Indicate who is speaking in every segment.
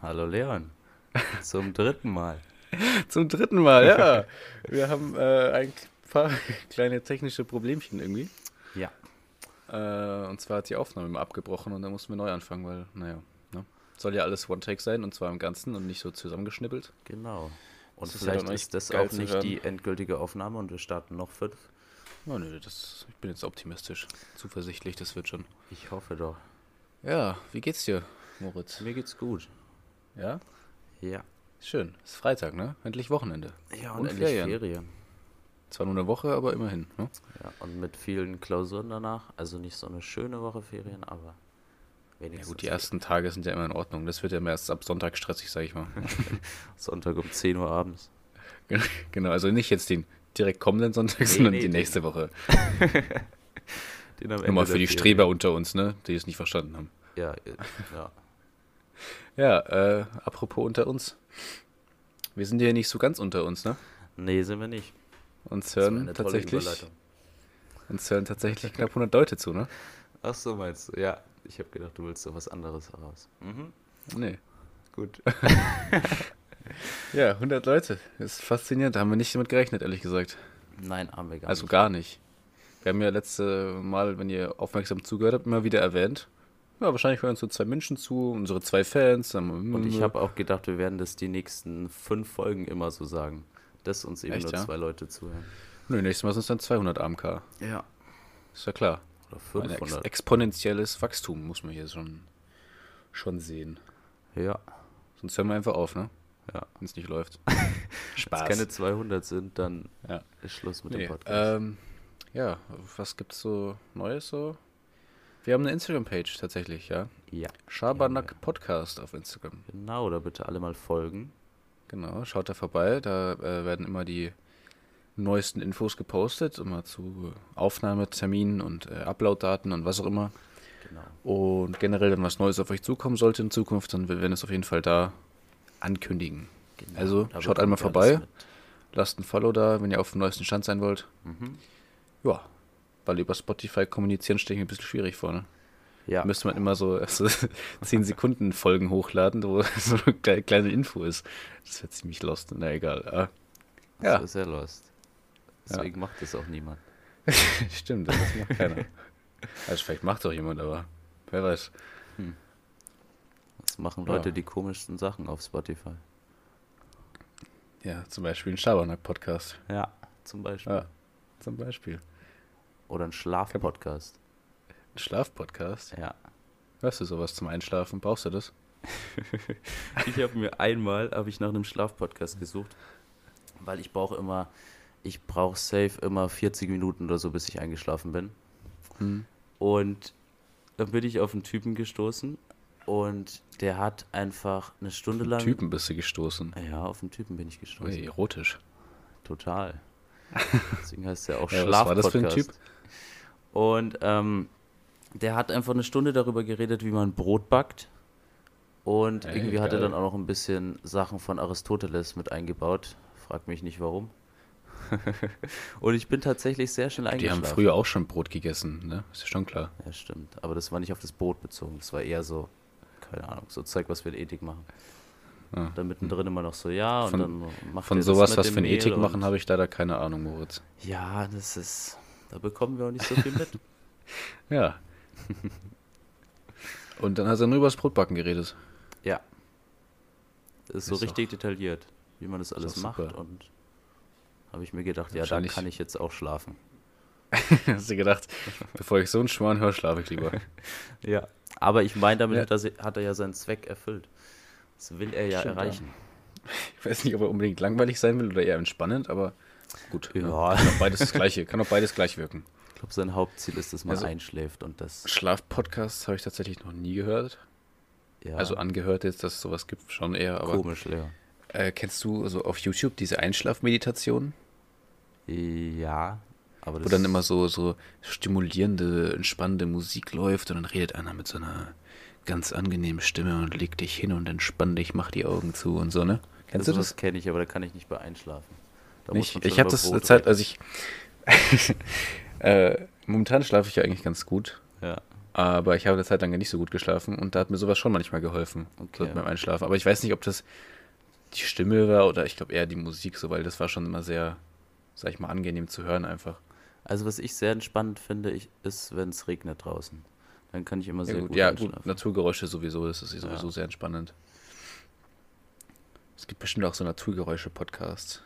Speaker 1: Hallo Leon. Zum dritten Mal.
Speaker 2: Zum dritten Mal, ja. Wir haben äh, ein paar kleine technische Problemchen irgendwie.
Speaker 1: Ja.
Speaker 2: Äh, und zwar hat die Aufnahme immer abgebrochen und dann mussten wir neu anfangen, weil, naja, ne? soll ja alles One-Take sein und zwar im Ganzen und nicht so zusammengeschnippelt.
Speaker 1: Genau. Und
Speaker 2: Das ist ja
Speaker 1: vielleicht
Speaker 2: dann echt
Speaker 1: ist das
Speaker 2: geil
Speaker 1: auch
Speaker 2: zu
Speaker 1: nicht
Speaker 2: hören.
Speaker 1: die endgültige Aufnahme und wir starten noch fünf.
Speaker 2: Oh, nö, das, ich bin jetzt optimistisch, zuversichtlich, das wird schon.
Speaker 1: Ich hoffe doch.
Speaker 2: Ja, wie geht's dir, Moritz?
Speaker 1: Mir geht's gut.
Speaker 2: Ja?
Speaker 1: Ja.
Speaker 2: Schön. Ist Freitag, ne? Endlich Wochenende.
Speaker 1: Ja, und, endlich Ferien. Ferien.
Speaker 2: Zwar nur eine Woche, aber immerhin, ne?
Speaker 1: Ja, und mit vielen Klausuren danach. Also nicht so eine schöne Woche Ferien, aber
Speaker 2: Ja
Speaker 1: wenigstens
Speaker 2: gut, die ersten Tage sind ja immer in Ordnung. Das wird ja immer erst ab Sonntag stressig, sag ich mal.
Speaker 1: Sonntag um 10 Uhr abends.
Speaker 2: genau, also nicht jetzt den direkt kommenden Sonntag,
Speaker 1: Nee,
Speaker 2: sondern
Speaker 1: nee,
Speaker 2: die
Speaker 1: den-
Speaker 2: nächste Woche.
Speaker 1: Den am
Speaker 2: Nochmal
Speaker 1: Ende
Speaker 2: für die
Speaker 1: der Ferien.
Speaker 2: Streber unter uns, ne? Die es nicht verstanden haben.
Speaker 1: Ja, äh, ja.
Speaker 2: Ja, äh, apropos unter uns. Wir sind ja nicht so ganz unter uns, ne?
Speaker 1: Nee, sind wir nicht.
Speaker 2: Uns
Speaker 1: Das war
Speaker 2: hören
Speaker 1: eine tolle
Speaker 2: tatsächlich,
Speaker 1: Überleitung.
Speaker 2: uns hören tatsächlich knapp 100 Leute zu, ne?
Speaker 1: Ach so, meinst du? Ja, ich habe gedacht, du willst so was anderes heraus. Mhm.
Speaker 2: Nee.
Speaker 1: Gut.
Speaker 2: Ja, 100 Leute. Ist faszinierend. Da haben wir nicht damit gerechnet, ehrlich gesagt.
Speaker 1: Nein, haben wir gar
Speaker 2: Also
Speaker 1: nicht.
Speaker 2: gar nicht. Wir haben ja letzte Mal, wenn ihr aufmerksam zugehört habt, immer wieder erwähnt. Ja, wahrscheinlich hören uns so zwei Menschen zu, unsere zwei Fans. dann- hm,
Speaker 1: Und ich habe auch gedacht, wir werden das die nächsten fünf Folgen immer so sagen, dass uns eben
Speaker 2: Echt,
Speaker 1: nur
Speaker 2: ja?
Speaker 1: zwei Leute zuhören.
Speaker 2: Nö, nächstes Mal sind es dann 200 AMK.
Speaker 1: Ja.
Speaker 2: Ist ja klar.
Speaker 1: Oder
Speaker 2: Ein ex
Speaker 1: 500.
Speaker 2: exponentielles Wachstum muss man hier schon, schon sehen.
Speaker 1: Ja.
Speaker 2: Sonst hören wir einfach auf, ne?
Speaker 1: Ja.
Speaker 2: Wenn es nicht läuft.
Speaker 1: Wenn
Speaker 2: Spaß.
Speaker 1: es keine 200 sind, dann
Speaker 2: ja.
Speaker 1: ist Schluss mit
Speaker 2: Nee,
Speaker 1: dem Podcast.
Speaker 2: ähm, ja, was gibt's so Neues so? Wir haben eine Instagram-Page tatsächlich, ja.
Speaker 1: ja.
Speaker 2: Schabernack Podcast auf Instagram.
Speaker 1: Genau, da bitte alle mal folgen.
Speaker 2: Genau, schaut da vorbei. Da äh, werden immer die neuesten Infos gepostet, immer zu Aufnahmeterminen und äh, Upload-Daten und was auch immer.
Speaker 1: Genau.
Speaker 2: Und generell, wenn was Neues auf euch zukommen sollte in Zukunft, dann wir werden es auf jeden Fall da ankündigen.
Speaker 1: genau.
Speaker 2: Also
Speaker 1: da
Speaker 2: schaut
Speaker 1: bekommt
Speaker 2: einmal
Speaker 1: ihr alles
Speaker 2: vorbei, lasst ein Follow da, wenn ihr auf dem neuesten Stand sein wollt.
Speaker 1: mit. Mhm.
Speaker 2: Ja, weil über Spotify kommunizieren stelle ich mir ein bisschen schwierig vor. Ne?
Speaker 1: Ja.
Speaker 2: Müsste man immer so, so 10 Sekunden Folgen hochladen, wo so eine kle- kleine Info ist. Das wäre ziemlich lost. Na egal. Ah,
Speaker 1: ja.
Speaker 2: ja.
Speaker 1: So ist er lost. Deswegen macht das auch niemand.
Speaker 2: Stimmt, das macht keiner. Also vielleicht macht doch jemand, aber wer weiß.
Speaker 1: Das machen
Speaker 2: Ja.
Speaker 1: Leute die komischsten Sachen auf Spotify.
Speaker 2: Ja, zum Beispiel ein Schabernack-Podcast.
Speaker 1: Ja. Zum Beispiel.
Speaker 2: Ja, zum Beispiel.
Speaker 1: Oder ein Schlafpodcast.
Speaker 2: Ein Schlafpodcast.
Speaker 1: Ja.
Speaker 2: Hörst du sowas zum Einschlafen? Brauchst du das?
Speaker 1: Ich habe mir einmal habe ich nach einem Schlafpodcast gesucht, weil ich brauche immer, ich brauche safe immer 40 Minuten oder so, bis ich eingeschlafen bin.
Speaker 2: Hm.
Speaker 1: Und dann bin ich auf einen Typen gestoßen und der hat einfach eine Stunde lang.
Speaker 2: Typen bist du gestoßen.
Speaker 1: Ja, auf einen Typen bin ich gestoßen.
Speaker 2: Ui, erotisch.
Speaker 1: Total. Deswegen heißt der auch
Speaker 2: Ja,
Speaker 1: ja,
Speaker 2: was war das für ein
Speaker 1: Schlafpodcast.
Speaker 2: Typ?
Speaker 1: Und ähm, der hat einfach eine Stunde darüber geredet, wie man Brot backt. Und
Speaker 2: Ey,
Speaker 1: irgendwie hat er
Speaker 2: geil.
Speaker 1: dann auch noch ein bisschen Sachen von Aristoteles mit eingebaut. Frag mich nicht warum. Und ich bin tatsächlich sehr schnell
Speaker 2: Die
Speaker 1: eingeschlafen.
Speaker 2: haben früher auch schon Brot gegessen, ne? Ist ja schon klar.
Speaker 1: Ja, stimmt. Aber das war nicht auf das Brot bezogen. Das war eher so, keine Ahnung, so Zeug, was wir in Ethik machen.
Speaker 2: Ah.
Speaker 1: Dann mittendrin immer noch so, ja,
Speaker 2: Von-
Speaker 1: und dann macht
Speaker 2: Von
Speaker 1: ihr das
Speaker 2: sowas,
Speaker 1: mit
Speaker 2: was
Speaker 1: dem
Speaker 2: wir in
Speaker 1: Mehl
Speaker 2: Ethik
Speaker 1: und-
Speaker 2: machen, habe ich leider keine Ahnung, Moritz.
Speaker 1: Ja, das ist. Da bekommen wir auch nicht so viel mit.
Speaker 2: Ja. Und dann hat er nur über das Brotbacken geredet.
Speaker 1: ja. Das ist so
Speaker 2: Ist doch-
Speaker 1: richtig detailliert, wie man das alles
Speaker 2: doch
Speaker 1: macht.
Speaker 2: super.
Speaker 1: Und habe ich mir gedacht, ja, da
Speaker 2: Wahrscheinlich-
Speaker 1: kann ich jetzt auch schlafen.
Speaker 2: Hast du gedacht, bevor ich so einen Schmarrn höre, schlafe ich lieber.
Speaker 1: Ja. Aber ich meine, damit
Speaker 2: Ja.
Speaker 1: hat, er, se- hat er ja seinen Zweck erfüllt. Das will er ja
Speaker 2: Stimmt, ja.
Speaker 1: erreichen.
Speaker 2: Ich weiß nicht, ob er unbedingt langweilig sein will oder eher entspannend, aber gut.
Speaker 1: Ja.
Speaker 2: ne? Kann auch beides das Gleiche. Kann auch beides gleich wirken.
Speaker 1: Ich glaube, sein Hauptziel ist, dass man
Speaker 2: Also-
Speaker 1: einschläft und das.
Speaker 2: Schlafpodcasts habe ich tatsächlich noch nie gehört.
Speaker 1: Ja,
Speaker 2: Also angehört jetzt, dass es sowas gibt, schon eher. Aber
Speaker 1: komisch, ja.
Speaker 2: äh, kennst du so auf YouTube diese Einschlafmeditationen,
Speaker 1: Ja, aber das
Speaker 2: wo dann immer so, so stimulierende, entspannende Musik läuft und dann redet einer mit so einer ganz angenehmen Stimme und leg dich hin und entspann dich, mach die Augen zu und so, ne? Kennst du das?
Speaker 1: das kenne ich, aber da kann ich nicht bei einschlafen. Da
Speaker 2: nicht.
Speaker 1: muss man schon
Speaker 2: Ich habe
Speaker 1: über
Speaker 2: das halt- eine
Speaker 1: Brot
Speaker 2: Zeit, also ich. äh, momentan schlafe ich ja eigentlich ganz gut.
Speaker 1: reden. Ja.
Speaker 2: Aber ich habe eine Zeit lang nicht so gut geschlafen und da hat mir sowas schon manchmal geholfen
Speaker 1: Okay.
Speaker 2: so beim Einschlafen. Aber ich weiß nicht, ob das die Stimme war oder ich glaube eher die Musik, so weil das war schon immer sehr, sag ich mal, angenehm zu hören einfach.
Speaker 1: Also was ich sehr entspannend finde, ich, ist, wenn es regnet draußen. Dann kann ich immer
Speaker 2: Ja,
Speaker 1: sehr
Speaker 2: gut,
Speaker 1: gut
Speaker 2: ja,
Speaker 1: einschlafen.
Speaker 2: gut, ne. Naturgeräusche sowieso, das ist sowieso
Speaker 1: Ja.
Speaker 2: sehr entspannend. Es gibt bestimmt auch so Naturgeräusche-Podcasts.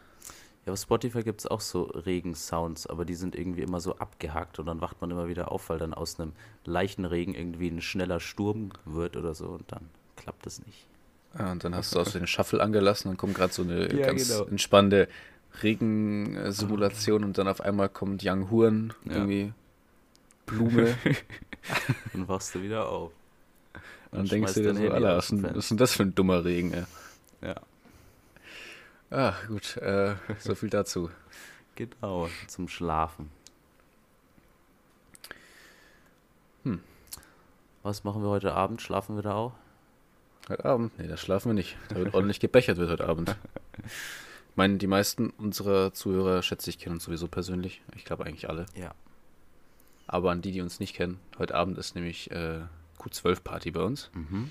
Speaker 1: Ja, auf Spotify gibt es auch so Regensounds, aber die sind irgendwie immer so abgehakt und dann wacht man immer wieder auf, weil dann aus einem leichten Regen irgendwie ein schneller Sturm wird oder so und dann klappt es nicht.
Speaker 2: Ah, und dann hast du auch so den Shuffle angelassen, dann kommt gerade so eine
Speaker 1: Ja,
Speaker 2: ganz
Speaker 1: genau.
Speaker 2: entspannte Regensimulation und dann auf einmal kommt Young Huren,
Speaker 1: Ja.
Speaker 2: irgendwie Blume.
Speaker 1: Dann wachst du wieder auf.
Speaker 2: Und dann denkst
Speaker 1: schmeißt
Speaker 2: du dir
Speaker 1: dein
Speaker 2: so,
Speaker 1: Handy
Speaker 2: Alter,
Speaker 1: aus
Speaker 2: was
Speaker 1: dem
Speaker 2: ist denn- was
Speaker 1: Fenster.
Speaker 2: ist denn das für ein dummer Regen, ey?
Speaker 1: Ja,
Speaker 2: Ah, gut, äh, so viel dazu.
Speaker 1: genau. Zum Schlafen.
Speaker 2: Hm.
Speaker 1: Was machen wir heute Abend? Schlafen wir da auch?
Speaker 2: Heute Abend? Nee, da schlafen wir nicht. Da wird ordentlich gebechert wird heute Abend. Ich meine, die meisten unserer Zuhörer, schätze ich, kennen uns sowieso persönlich. Ich glaube eigentlich alle.
Speaker 1: Ja.
Speaker 2: Aber an die, die uns nicht kennen, heute Abend ist nämlich äh, Q12-Party bei uns,
Speaker 1: Mhm.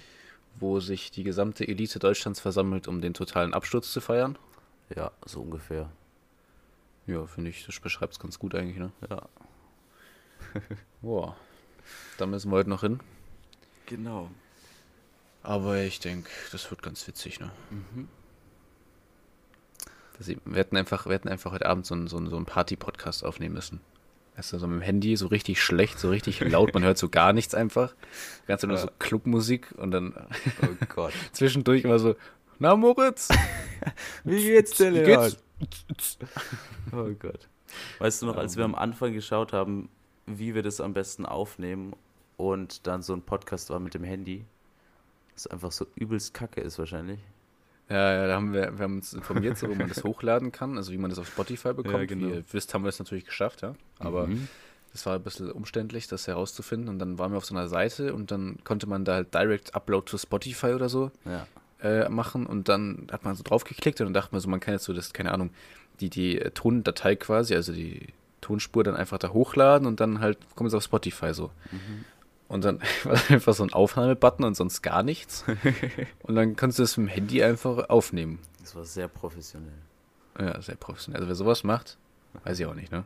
Speaker 2: wo sich die gesamte Elite Deutschlands versammelt, um den totalen Absturz zu feiern.
Speaker 1: Ja, so ungefähr.
Speaker 2: Ja, finde ich, das beschreibt es ganz gut eigentlich, ne?
Speaker 1: Ja,
Speaker 2: Boah. Da müssen wir heute noch hin.
Speaker 1: genau.
Speaker 2: Aber ich denke, das wird ganz witzig, ne?
Speaker 1: Mhm.
Speaker 2: Dass ich- Wir hätten einfach, wir hätten einfach heute Abend so einen, so einen, so einen Party-Podcast aufnehmen müssen. Weißt du, so mit dem Handy, so richtig schlecht, so richtig laut, man hört so gar nichts einfach. Die ganze Zeit nur
Speaker 1: Ja.
Speaker 2: so Clubmusik und dann
Speaker 1: Oh Gott.
Speaker 2: zwischendurch immer so, na Moritz,
Speaker 1: Wie geht's dir,
Speaker 2: wie
Speaker 1: Leon?
Speaker 2: geht's?
Speaker 1: Oh Gott. Weißt du noch, als wir am Anfang geschaut haben, wie wir das am besten aufnehmen und dann so ein Podcast war mit dem Handy, das einfach so übelst kacke ist wahrscheinlich.
Speaker 2: Ja, ja, da haben wir, wir haben uns informiert, so, wo man das hochladen kann, also wie man das auf Spotify bekommt.
Speaker 1: genau.
Speaker 2: Wie ihr wisst, haben wir es natürlich geschafft, ja. Aber
Speaker 1: Mhm.
Speaker 2: das war ein bisschen umständlich, das herauszufinden. Und dann waren wir auf so einer Seite und dann konnte man da halt Direct Upload to Spotify oder so
Speaker 1: Ja.
Speaker 2: äh, machen und dann hat man so draufgeklickt und dann dachte man so, man kann jetzt so das, keine Ahnung, die, die äh, Tondatei quasi, also die Tonspur dann einfach da hochladen und dann halt kommt es auf Spotify so. Und dann war einfach so ein Aufnahmebutton und sonst gar nichts. und dann kannst du das mit dem Handy einfach aufnehmen.
Speaker 1: Das war sehr professionell.
Speaker 2: Ja, sehr professionell. Also wer sowas macht, weiß ich auch nicht, ne?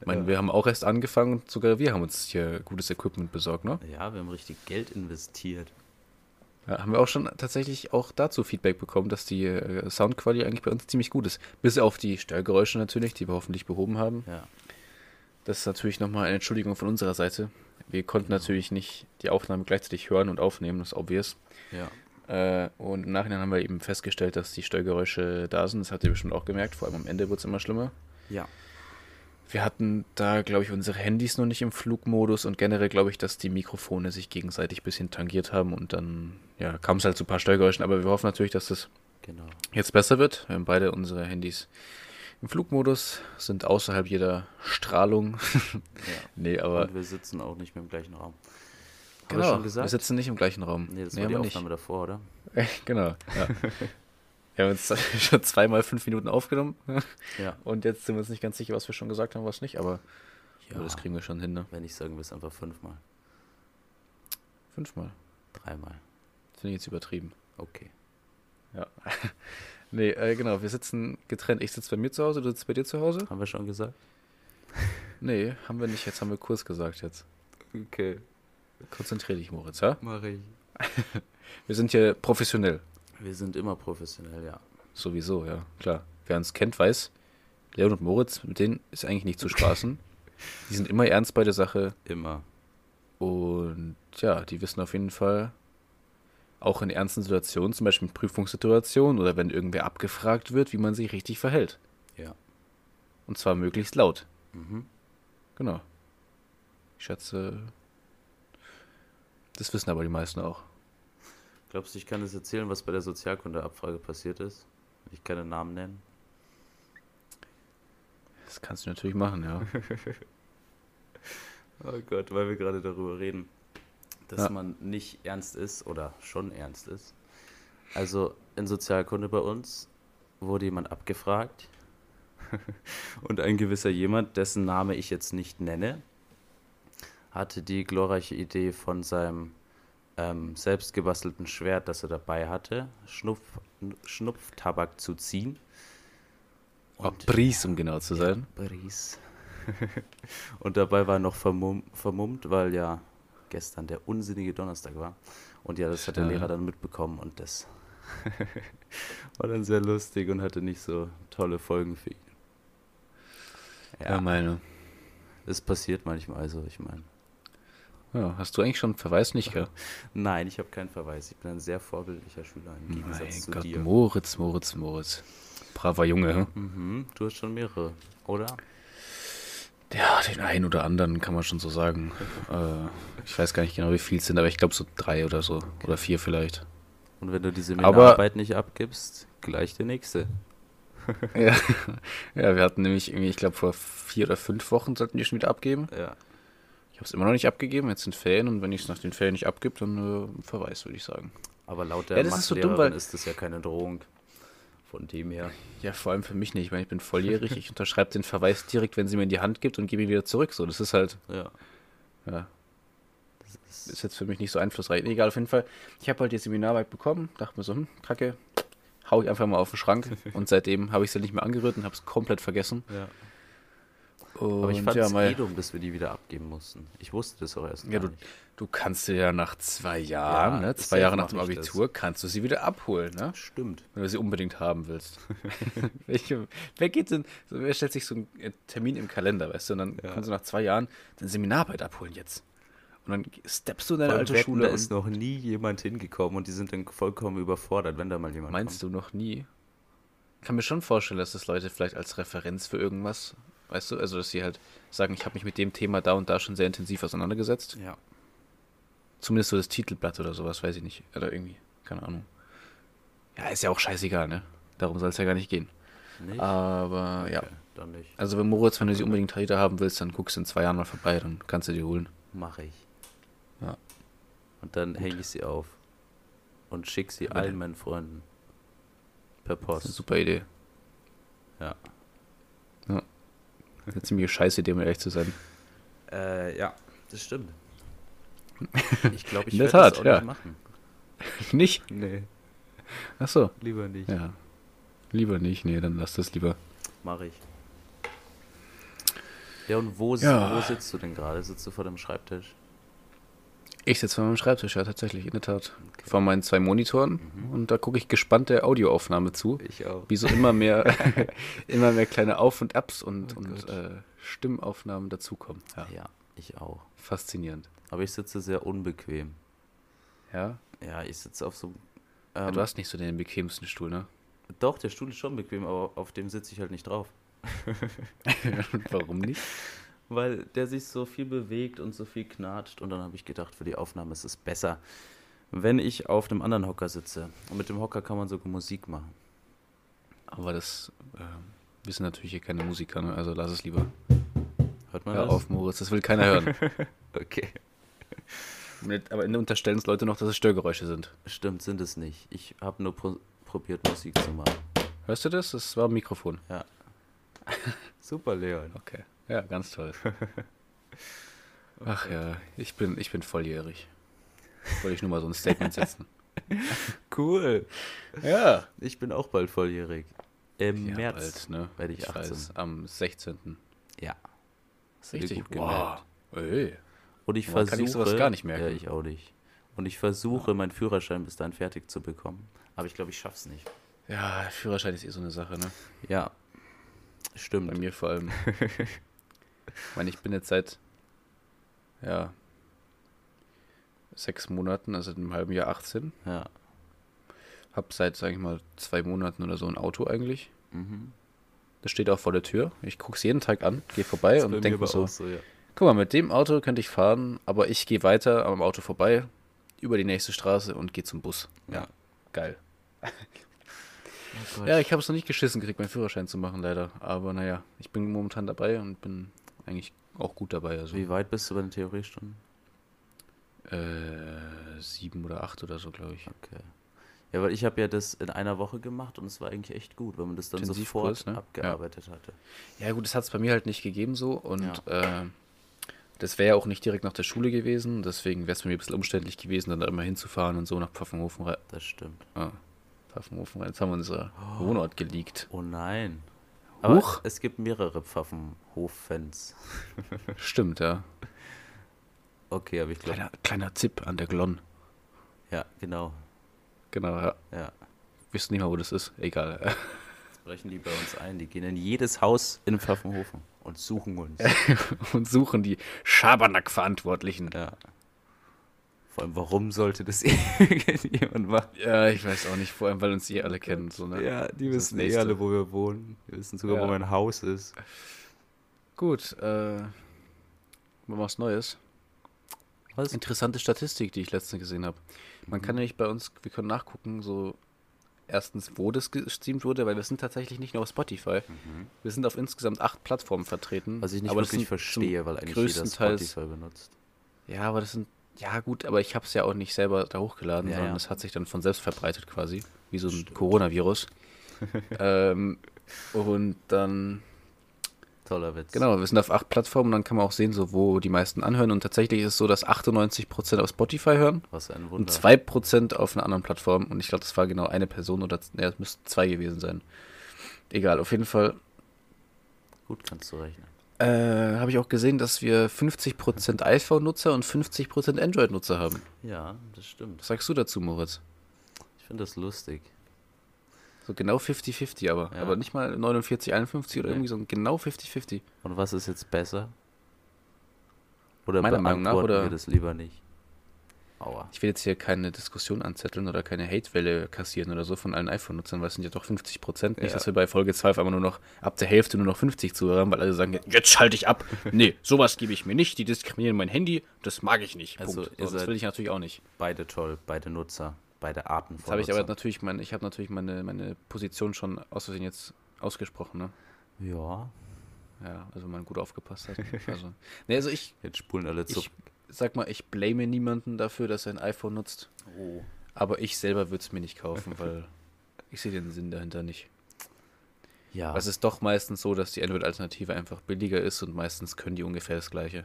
Speaker 2: Ich meine, wir haben auch erst angefangen und sogar wir haben uns hier gutes Equipment besorgt, ne?
Speaker 1: Ja, wir haben richtig Geld investiert.
Speaker 2: Ja, haben wir auch schon tatsächlich auch dazu Feedback bekommen, dass die äh, Soundqualität eigentlich bei uns ziemlich gut ist. Bis auf die Störgeräusche natürlich, die wir hoffentlich behoben haben.
Speaker 1: Ja.
Speaker 2: Das ist natürlich nochmal eine Entschuldigung von unserer Seite. Wir konnten natürlich nicht die Aufnahme gleichzeitig hören und aufnehmen, das ist obvious.
Speaker 1: Ja.
Speaker 2: Äh, und im Nachhinein haben wir eben festgestellt, dass die Störgeräusche da sind. Das habt ihr bestimmt auch gemerkt. Vor allem am Ende wurde es immer schlimmer.
Speaker 1: Ja.
Speaker 2: Wir hatten da, glaube ich, unsere Handys noch nicht im Flugmodus und generell glaube ich, dass die Mikrofone sich gegenseitig ein bisschen tangiert haben und dann ja, kam es halt zu ein paar Störgeräuschen. Aber wir hoffen natürlich, dass das
Speaker 1: Genau.
Speaker 2: jetzt besser wird. Wir haben beide unsere Handys im Flugmodus, sind außerhalb jeder Strahlung.
Speaker 1: Ja.
Speaker 2: nee, aber
Speaker 1: Und wir sitzen auch nicht mehr im gleichen Raum. Haben
Speaker 2: genau,
Speaker 1: wir schon gesagt?
Speaker 2: wir sitzen nicht im gleichen Raum.
Speaker 1: nee, das war die
Speaker 2: haben wir
Speaker 1: Aufnahme davor, oder?
Speaker 2: nicht. genau. Ja. wir haben uns schon zweimal fünf Minuten aufgenommen
Speaker 1: Ja.
Speaker 2: und jetzt sind wir uns nicht ganz sicher, was wir schon gesagt haben, was nicht, aber, aber das kriegen wir schon hin, ne?
Speaker 1: Wenn nicht, sagen wir es einfach fünfmal.
Speaker 2: Fünfmal.
Speaker 1: Dreimal.
Speaker 2: Finde ich jetzt übertrieben.
Speaker 1: Okay.
Speaker 2: Ja. nee, äh, genau, wir sitzen getrennt. Ich sitze bei mir zu Hause, du sitzt bei dir zu Hause?
Speaker 1: Haben wir schon gesagt?
Speaker 2: Nee, haben wir nicht. Jetzt haben wir kurz gesagt jetzt.
Speaker 1: Okay.
Speaker 2: Konzentrier dich, Moritz, ja?
Speaker 1: Mach ich.
Speaker 2: Wir sind hier professionell.
Speaker 1: Wir sind immer professionell, ja.
Speaker 2: Sowieso, ja, klar. Wer uns kennt, weiß, Leon und Moritz, mit denen ist eigentlich nicht zu spaßen. Die sind immer ernst bei der Sache
Speaker 1: Immer.
Speaker 2: und ja, die wissen auf jeden Fall auch in ernsten Situationen, zum Beispiel in Prüfungssituationen oder wenn irgendwer abgefragt wird, wie man sich richtig verhält.
Speaker 1: Ja.
Speaker 2: Und zwar möglichst laut.
Speaker 1: Mhm.
Speaker 2: Genau. Ich schätze, das wissen aber die meisten auch.
Speaker 1: Glaubst du, ich kann das erzählen, was bei der Sozialkundeabfrage passiert ist? Ich kann den Namen nennen.
Speaker 2: Das kannst du natürlich machen, ja.
Speaker 1: Oh Gott, weil wir gerade darüber reden, dass
Speaker 2: Ja.
Speaker 1: man nicht ernst ist oder schon ernst ist. Also in Sozialkunde bei uns wurde jemand abgefragt und ein gewisser jemand, dessen Name ich jetzt nicht nenne, hatte die glorreiche Idee von seinem ähm, selbstgebastelten Schwert, das er dabei hatte, Schnupf, Schnupftabak zu ziehen.
Speaker 2: Oh, Bries, um genau zu sein.
Speaker 1: Ja, Bries. und dabei war er noch vermumm, vermummt, weil ja gestern der unsinnige Donnerstag war. Und ja, das hat der
Speaker 2: Ja.
Speaker 1: Lehrer dann mitbekommen und das war dann sehr lustig und hatte nicht so tolle Folgen für ihn.
Speaker 2: Ja,
Speaker 1: Ja,
Speaker 2: meine.
Speaker 1: es passiert manchmal, also ich meine.
Speaker 2: Ja, hast du eigentlich schon einen Verweis nicht gehabt?
Speaker 1: Nein, ich habe keinen Verweis. Ich bin ein sehr vorbildlicher Schüler im Gegensatz
Speaker 2: Mein
Speaker 1: zu
Speaker 2: Gott,
Speaker 1: dir.
Speaker 2: Moritz, Moritz, Moritz. Braver Junge. hm?
Speaker 1: Mhm, du hast schon mehrere, oder?
Speaker 2: Ja, den einen oder anderen kann man schon so sagen. äh, ich weiß gar nicht genau, wie viel es sind, aber ich glaube so drei oder so. Oder vier vielleicht.
Speaker 1: Und wenn du die
Speaker 2: Aber-
Speaker 1: Seminararbeit nicht abgibst, gleich der nächste.
Speaker 2: ja. ja, wir hatten nämlich irgendwie, ich glaube, vor vier oder fünf Wochen sollten die schon wieder abgeben.
Speaker 1: Ja.
Speaker 2: Ich habe es immer noch nicht abgegeben, jetzt sind Ferien und wenn ich es nach den Ferien nicht abgib, dann äh, Verweis, würde ich sagen.
Speaker 1: Aber laut der
Speaker 2: Ja,
Speaker 1: ja,
Speaker 2: das ist so dumm,
Speaker 1: Mathelehrerin
Speaker 2: weil-
Speaker 1: ist das ja keine Drohung. Von dem her.
Speaker 2: Ja, vor allem für mich nicht. Ich meine, ich bin volljährig, ich unterschreibe den Verweis direkt, wenn sie mir in die Hand gibt und gebe ihn wieder zurück. So, das ist halt,
Speaker 1: Ja.
Speaker 2: ja,
Speaker 1: Das ist,
Speaker 2: ist jetzt für mich nicht so einflussreich. Egal, auf jeden Fall. Ich habe halt die Seminararbeit bekommen, dachte mir so, hm, kacke, hau ich einfach mal auf den Schrank. Und seitdem habe ich sie nicht mehr angerührt und habe es komplett vergessen.
Speaker 1: ja.
Speaker 2: Und
Speaker 1: Aber ich fand
Speaker 2: ja,
Speaker 1: es eh
Speaker 2: mal,
Speaker 1: dumm, dass wir die wieder abgeben mussten. Ich wusste das auch erst
Speaker 2: ja,
Speaker 1: gar
Speaker 2: du,
Speaker 1: nicht.
Speaker 2: du kannst dir ja nach zwei Jahren, ne,
Speaker 1: Ja, safe
Speaker 2: zwei Jahre nach
Speaker 1: mach
Speaker 2: dem
Speaker 1: ich das.
Speaker 2: Abitur, kannst du sie wieder abholen, ne?
Speaker 1: Stimmt.
Speaker 2: Wenn du sie unbedingt haben willst. Welche, wer geht denn, so, wer stellt sich so einen äh, Termin im Kalender, weißt du, und dann
Speaker 1: Ja.
Speaker 2: kannst du nach zwei Jahren deine Seminararbeit abholen jetzt. Und dann steppst du in deine
Speaker 1: Vor allem
Speaker 2: alte
Speaker 1: Wetten,
Speaker 2: Schule
Speaker 1: da
Speaker 2: und
Speaker 1: ist noch nie jemand hingekommen und die sind dann vollkommen überfordert, wenn da mal jemand
Speaker 2: Meinst du noch nie? Ich kann mir schon vorstellen, dass das Leute vielleicht als Referenz für irgendwas, weißt du, also dass sie halt sagen, ich habe mich mit dem Thema da und da schon sehr intensiv auseinandergesetzt.
Speaker 1: kommt. Ja.
Speaker 2: Zumindest so das Titelblatt oder sowas, weiß ich nicht. Oder irgendwie, keine Ahnung. Ja, ist ja auch scheißegal, ne? Darum soll es ja gar nicht gehen.
Speaker 1: Nicht?
Speaker 2: Ah. Aber ja.
Speaker 1: Okay, dann nicht.
Speaker 2: Also wenn Moritz, wenn du sie unbedingt wieder haben willst, dann guckst du in zwei Jahren mal vorbei, dann kannst du die holen.
Speaker 1: Mache ich.
Speaker 2: Ja.
Speaker 1: Und dann hänge ich sie auf. Und schicke sie
Speaker 2: Aber
Speaker 1: allen
Speaker 2: der-
Speaker 1: meinen Freunden. Per
Speaker 2: Das ist eine
Speaker 1: Post.
Speaker 2: super Idee.
Speaker 1: Ja.
Speaker 2: Ja. Eine ziemliche scheiße Idee, um ehrlich zu sein.
Speaker 1: Äh, ja, das stimmt. Ich glaube, ich
Speaker 2: In der
Speaker 1: werde das
Speaker 2: Tat,
Speaker 1: auch
Speaker 2: ja.
Speaker 1: nicht machen.
Speaker 2: nicht?
Speaker 1: Nee,
Speaker 2: Ach so.
Speaker 1: lieber nicht.
Speaker 2: Ja. Lieber nicht, nee, dann lass das lieber.
Speaker 1: Mache ich. Ja, und wo, si-
Speaker 2: Ja.
Speaker 1: wo sitzt du denn gerade? Sitzt du vor dem Schreibtisch?
Speaker 2: Ich sitze vor meinem Schreibtisch, ja, tatsächlich, in der Tat. Mhm. Vor meinen zwei Monitoren und da gucke ich gespannt der Audioaufnahme zu.
Speaker 1: Ich auch.
Speaker 2: Wie so immer mehr, immer mehr kleine Auf- und Abs und,
Speaker 1: Oh
Speaker 2: und
Speaker 1: Gott.
Speaker 2: äh, Stimmaufnahmen dazukommen. Ja.
Speaker 1: Ja, ich auch.
Speaker 2: Faszinierend.
Speaker 1: Aber ich sitze sehr unbequem.
Speaker 2: Ja?
Speaker 1: Ja, ich sitze auf so. einem-
Speaker 2: ja.
Speaker 1: Ähm,
Speaker 2: Du hast nicht so den bequemsten Stuhl, ne?
Speaker 1: Doch, der Stuhl ist schon bequem, aber auf dem sitze ich halt nicht drauf.
Speaker 2: Warum nicht?
Speaker 1: Weil der sich so viel bewegt und so viel knatscht. Und dann habe ich gedacht, für die Aufnahme ist es besser, wenn ich auf dem anderen Hocker sitze. Und mit dem Hocker kann man sogar Musik machen.
Speaker 2: Aber das äh, wissen natürlich hier keine Musiker, ne? Also lass es lieber.
Speaker 1: Hört man
Speaker 2: Hör
Speaker 1: das?
Speaker 2: auf, Moritz, das will keiner hören.
Speaker 1: Okay.
Speaker 2: Mit, aber unterstellen es Leute noch, dass es Störgeräusche sind.
Speaker 1: Stimmt, sind es nicht. Ich habe nur pro probiert, Musik zu machen.
Speaker 2: Hörst du das? Das war ein Mikrofon.
Speaker 1: Ja. Super, Leon.
Speaker 2: Okay. Ja, ganz toll. Ach ja, ich bin, ich bin volljährig. Wollte ich nur mal so ein Statement setzen.
Speaker 1: Cool.
Speaker 2: ja.
Speaker 1: Ich bin auch bald volljährig. Im
Speaker 2: ja
Speaker 1: März.
Speaker 2: bald, ne?
Speaker 1: werde ich 18.
Speaker 2: Weiß, am 16.
Speaker 1: Ja. Hast du dir
Speaker 2: Richtig
Speaker 1: gut gemerkt.
Speaker 2: Wow. Ey.
Speaker 1: Und ich
Speaker 2: Boah,
Speaker 1: versuche.
Speaker 2: kann ich sowas gar nicht merken.
Speaker 1: Ja, ich auch nicht. Und ich versuche, meinen Führerschein bis dahin fertig zu bekommen. Aber ich glaube, ich schaff's nicht.
Speaker 2: Ja, Führerschein ist eh so eine Sache, ne?
Speaker 1: Ja.
Speaker 2: Bei
Speaker 1: Stimmt.
Speaker 2: mir vor allem. ich meine, ich bin jetzt seit, ja, sechs Monaten, also einem halben Jahr 18.
Speaker 1: Ja.
Speaker 2: Hab seit, sag ich mal, zwei Monaten oder so ein Auto eigentlich.
Speaker 1: Mhm.
Speaker 2: Das steht auch vor der Tür. Ich gucke es jeden Tag an, gehe vorbei
Speaker 1: Ist bei
Speaker 2: und denke
Speaker 1: aber
Speaker 2: mir so,
Speaker 1: auch so, ja.
Speaker 2: guck mal, mit dem Auto könnte ich fahren, aber ich gehe weiter am Auto vorbei, über die nächste Straße und gehe zum Bus.
Speaker 1: Ja.
Speaker 2: Geil.
Speaker 1: Oh Gott.
Speaker 2: Ja, ich habe es noch nicht geschissen gekriegt, meinen Führerschein zu machen, leider. Aber naja, ich bin momentan dabei und bin eigentlich auch gut dabei. Also
Speaker 1: Wie weit bist du bei den Theoriestunden?
Speaker 2: äh, sieben oder acht oder so, glaube ich.
Speaker 1: Okay. Ja, weil ich habe ja das in einer Woche gemacht und es war eigentlich echt gut, wenn man das dann
Speaker 2: Intensivkurs,
Speaker 1: sofort
Speaker 2: ne? Ja.
Speaker 1: abgearbeitet hatte.
Speaker 2: Ja gut, das hat es bei mir halt nicht gegeben so und äh, Das wäre ja auch nicht direkt nach der Schule gewesen, deswegen wäre es für mich ein bisschen umständlich gewesen, dann da immer hinzufahren und so nach Pfaffenhofen rein.
Speaker 1: Das stimmt.
Speaker 2: Ah, Pfaffenhofen rein. Jetzt haben wir unser Wohnort geleakt.
Speaker 1: Oh nein. Aber
Speaker 2: Huch.
Speaker 1: es gibt mehrere Pfaffenhof-Fans.
Speaker 2: Stimmt, ja.
Speaker 1: Okay, aber ich glaube.
Speaker 2: Kleiner, kleiner Zip an der Glonn.
Speaker 1: Ja, genau.
Speaker 2: Genau, ja.
Speaker 1: Ja.
Speaker 2: Wissen nicht mal, wo das ist. Egal.
Speaker 1: Jetzt brechen die bei uns ein. Die gehen in jedes Haus in Pfaffenhofen und suchen uns.
Speaker 2: Und suchen die Schabernack-Verantwortlichen.
Speaker 1: Ja. Vor allem, warum sollte das irgendjemand machen?
Speaker 2: Ja, ich weiß auch nicht, vor allem, weil uns die alle kennen. So, ne?
Speaker 1: Ja, die
Speaker 2: Das ist
Speaker 1: wissen eh
Speaker 2: Nächste.
Speaker 1: alle, wo wir wohnen. Die wissen sogar,
Speaker 2: Ja.
Speaker 1: wo mein Haus ist.
Speaker 2: Gut, äh, mal was Neues.
Speaker 1: Was? Mhm.
Speaker 2: Interessante Statistik, die ich letztens gesehen habe. Man kann nämlich bei uns, wir können nachgucken, so erstens, wo das gestreamt wurde, weil wir sind tatsächlich nicht nur auf Spotify. Wir sind auf insgesamt acht Plattformen vertreten.
Speaker 1: Mhm. Was ich nicht
Speaker 2: aber das
Speaker 1: wirklich
Speaker 2: sind zum
Speaker 1: verstehe, weil eigentlich jeder
Speaker 2: größtenteils-
Speaker 1: Spotify benutzt.
Speaker 2: Ja, aber das sind, ja gut, aber ich habe es ja auch nicht selber da hochgeladen,
Speaker 1: Ja,
Speaker 2: sondern
Speaker 1: ja.
Speaker 2: es hat sich dann von selbst verbreitet quasi, wie so ein Coronavirus. ähm, und dann
Speaker 1: Toller Witz.
Speaker 2: Genau, wir sind auf acht Plattformen, dann kann man auch sehen, so, wo die meisten anhören. Und tatsächlich ist es so, dass 98% auf Spotify hören
Speaker 1: Was ein
Speaker 2: und
Speaker 1: Wunder.
Speaker 2: 2% auf einer anderen Plattform. Und ich glaube, das war genau eine Person oder ne, es müssten zwei gewesen sein. Egal, auf jeden Fall
Speaker 1: Gut kannst du rechnen.
Speaker 2: äh, habe ich auch gesehen, dass wir 50% iPhone-Nutzer und 50% Android-Nutzer haben.
Speaker 1: Ja, das stimmt.
Speaker 2: Was sagst du dazu, Moritz?
Speaker 1: Ich finde das lustig.
Speaker 2: So genau 50-50 aber.
Speaker 1: Ja.
Speaker 2: Aber nicht mal 49, 51 oder
Speaker 1: Nee.
Speaker 2: irgendwie so ein genau 50-50.
Speaker 1: Und was ist jetzt besser? Oder
Speaker 2: Meiner Meinung nach,
Speaker 1: beantworten
Speaker 2: oder-
Speaker 1: wir das lieber nicht? Aua.
Speaker 2: Ich will jetzt hier keine Diskussion anzetteln oder keine Hatewelle kassieren oder so von allen iPhone-Nutzern, weil es sind ja doch 50 Prozent. Nicht,
Speaker 1: Ja.
Speaker 2: dass wir bei Folge 2 auf einmal nur noch ab der Hälfte nur noch 50 Zuhörer haben, weil alle sagen, jetzt schalte ich ab. Nee, sowas gebe ich mir nicht. Die diskriminieren mein Handy. Das mag ich nicht.
Speaker 1: Also,
Speaker 2: Punkt.
Speaker 1: ihr
Speaker 2: So, das
Speaker 1: seid-
Speaker 2: will ich natürlich auch nicht.
Speaker 1: Beide toll, beide Nutzer, beide Arten
Speaker 2: Jetzt
Speaker 1: von
Speaker 2: habe ich aber
Speaker 1: Nutzern.
Speaker 2: natürlich, mein, ich habe natürlich meine, meine Position schon aus Versehen jetzt ausgesprochen. Ne?
Speaker 1: Ja,
Speaker 2: Ja, also wenn man gut aufgepasst hat. Also, nee, also ich,
Speaker 1: jetzt spulen alle zu.
Speaker 2: ich sag mal, ich blame niemanden dafür, dass er ein iPhone nutzt.
Speaker 1: Oh.
Speaker 2: Aber ich selber würde es mir nicht kaufen, weil ich sehe den Sinn dahinter nicht.
Speaker 1: Ja,
Speaker 2: Aber Es ist doch meistens so, dass die Android-Alternative einfach billiger ist und meistens können die ungefähr das gleiche.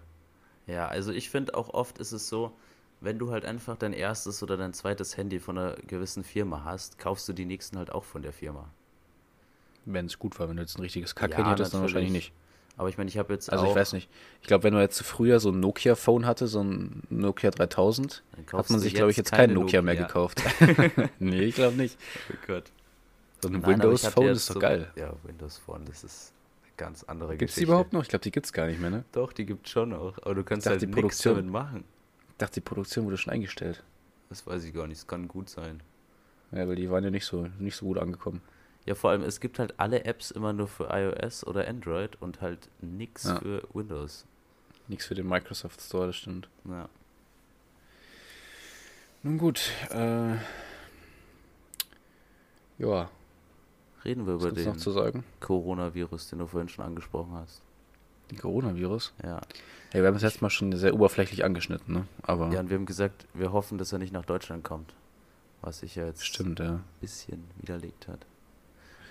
Speaker 1: ja, also ich finde auch oft ist es so, wenn du halt einfach dein erstes oder dein zweites Handy von einer gewissen Firma hast, kaufst du die nächsten halt auch von der Firma.
Speaker 2: Wenn es gut war, wenn du jetzt ein richtiges
Speaker 1: Ja,
Speaker 2: Kackhandy hattest, dann wahrscheinlich
Speaker 1: natürlich.
Speaker 2: nicht.
Speaker 1: Aber ich meine, ich habe jetzt
Speaker 2: Also
Speaker 1: auch,
Speaker 2: ich weiß nicht. Ich glaube, wenn man jetzt früher so ein Nokia-Phone hatte, so ein Nokia 3000,
Speaker 1: Dann kaufst
Speaker 2: hat man
Speaker 1: du
Speaker 2: sich,
Speaker 1: jetzt
Speaker 2: glaube ich, jetzt keinen
Speaker 1: keine
Speaker 2: Nokia, mehr
Speaker 1: Nokia.
Speaker 2: gekauft. nee, ich glaube nicht.
Speaker 1: Oh Gott.
Speaker 2: So ein
Speaker 1: Nein, aber ich hatte
Speaker 2: Windows-Phone
Speaker 1: jetzt
Speaker 2: ist doch
Speaker 1: so-
Speaker 2: geil.
Speaker 1: Ja, Windows Phone, das ist eine ganz andere
Speaker 2: Gibt es die
Speaker 1: Geschichte.
Speaker 2: überhaupt noch? Ich glaube, die gibt es gar nicht mehr, ne?
Speaker 1: Doch, die gibt's schon auch. Aber du kannst
Speaker 2: dachte,
Speaker 1: halt
Speaker 2: die
Speaker 1: nichts
Speaker 2: Produktion-
Speaker 1: damit machen.
Speaker 2: Ich dachte, die Produktion wurde schon eingestellt.
Speaker 1: Das weiß ich gar nicht. Es kann gut sein.
Speaker 2: Ja, weil die waren ja nicht so, nicht so gut angekommen.
Speaker 1: Ja, vor allem, es gibt halt alle Apps immer nur für iOS oder Android und halt nix
Speaker 2: Ja.
Speaker 1: für Windows.
Speaker 2: Nichts für den Microsoft Store, das stimmt.
Speaker 1: Ja.
Speaker 2: Nun gut, äh, ja,
Speaker 1: Reden wir
Speaker 2: was
Speaker 1: über
Speaker 2: gibt's noch
Speaker 1: den
Speaker 2: zu sagen?
Speaker 1: Coronavirus, den du vorhin schon angesprochen hast.
Speaker 2: Den Coronavirus?
Speaker 1: Ja.
Speaker 2: Hey, wir haben es letztes Mal schon sehr oberflächlich angeschnitten, ne? Aber
Speaker 1: ja, und wir haben gesagt, wir hoffen, dass er nicht nach Deutschland kommt. Was sich ja jetzt
Speaker 2: stimmt, ja.
Speaker 1: bisschen widerlegt hat.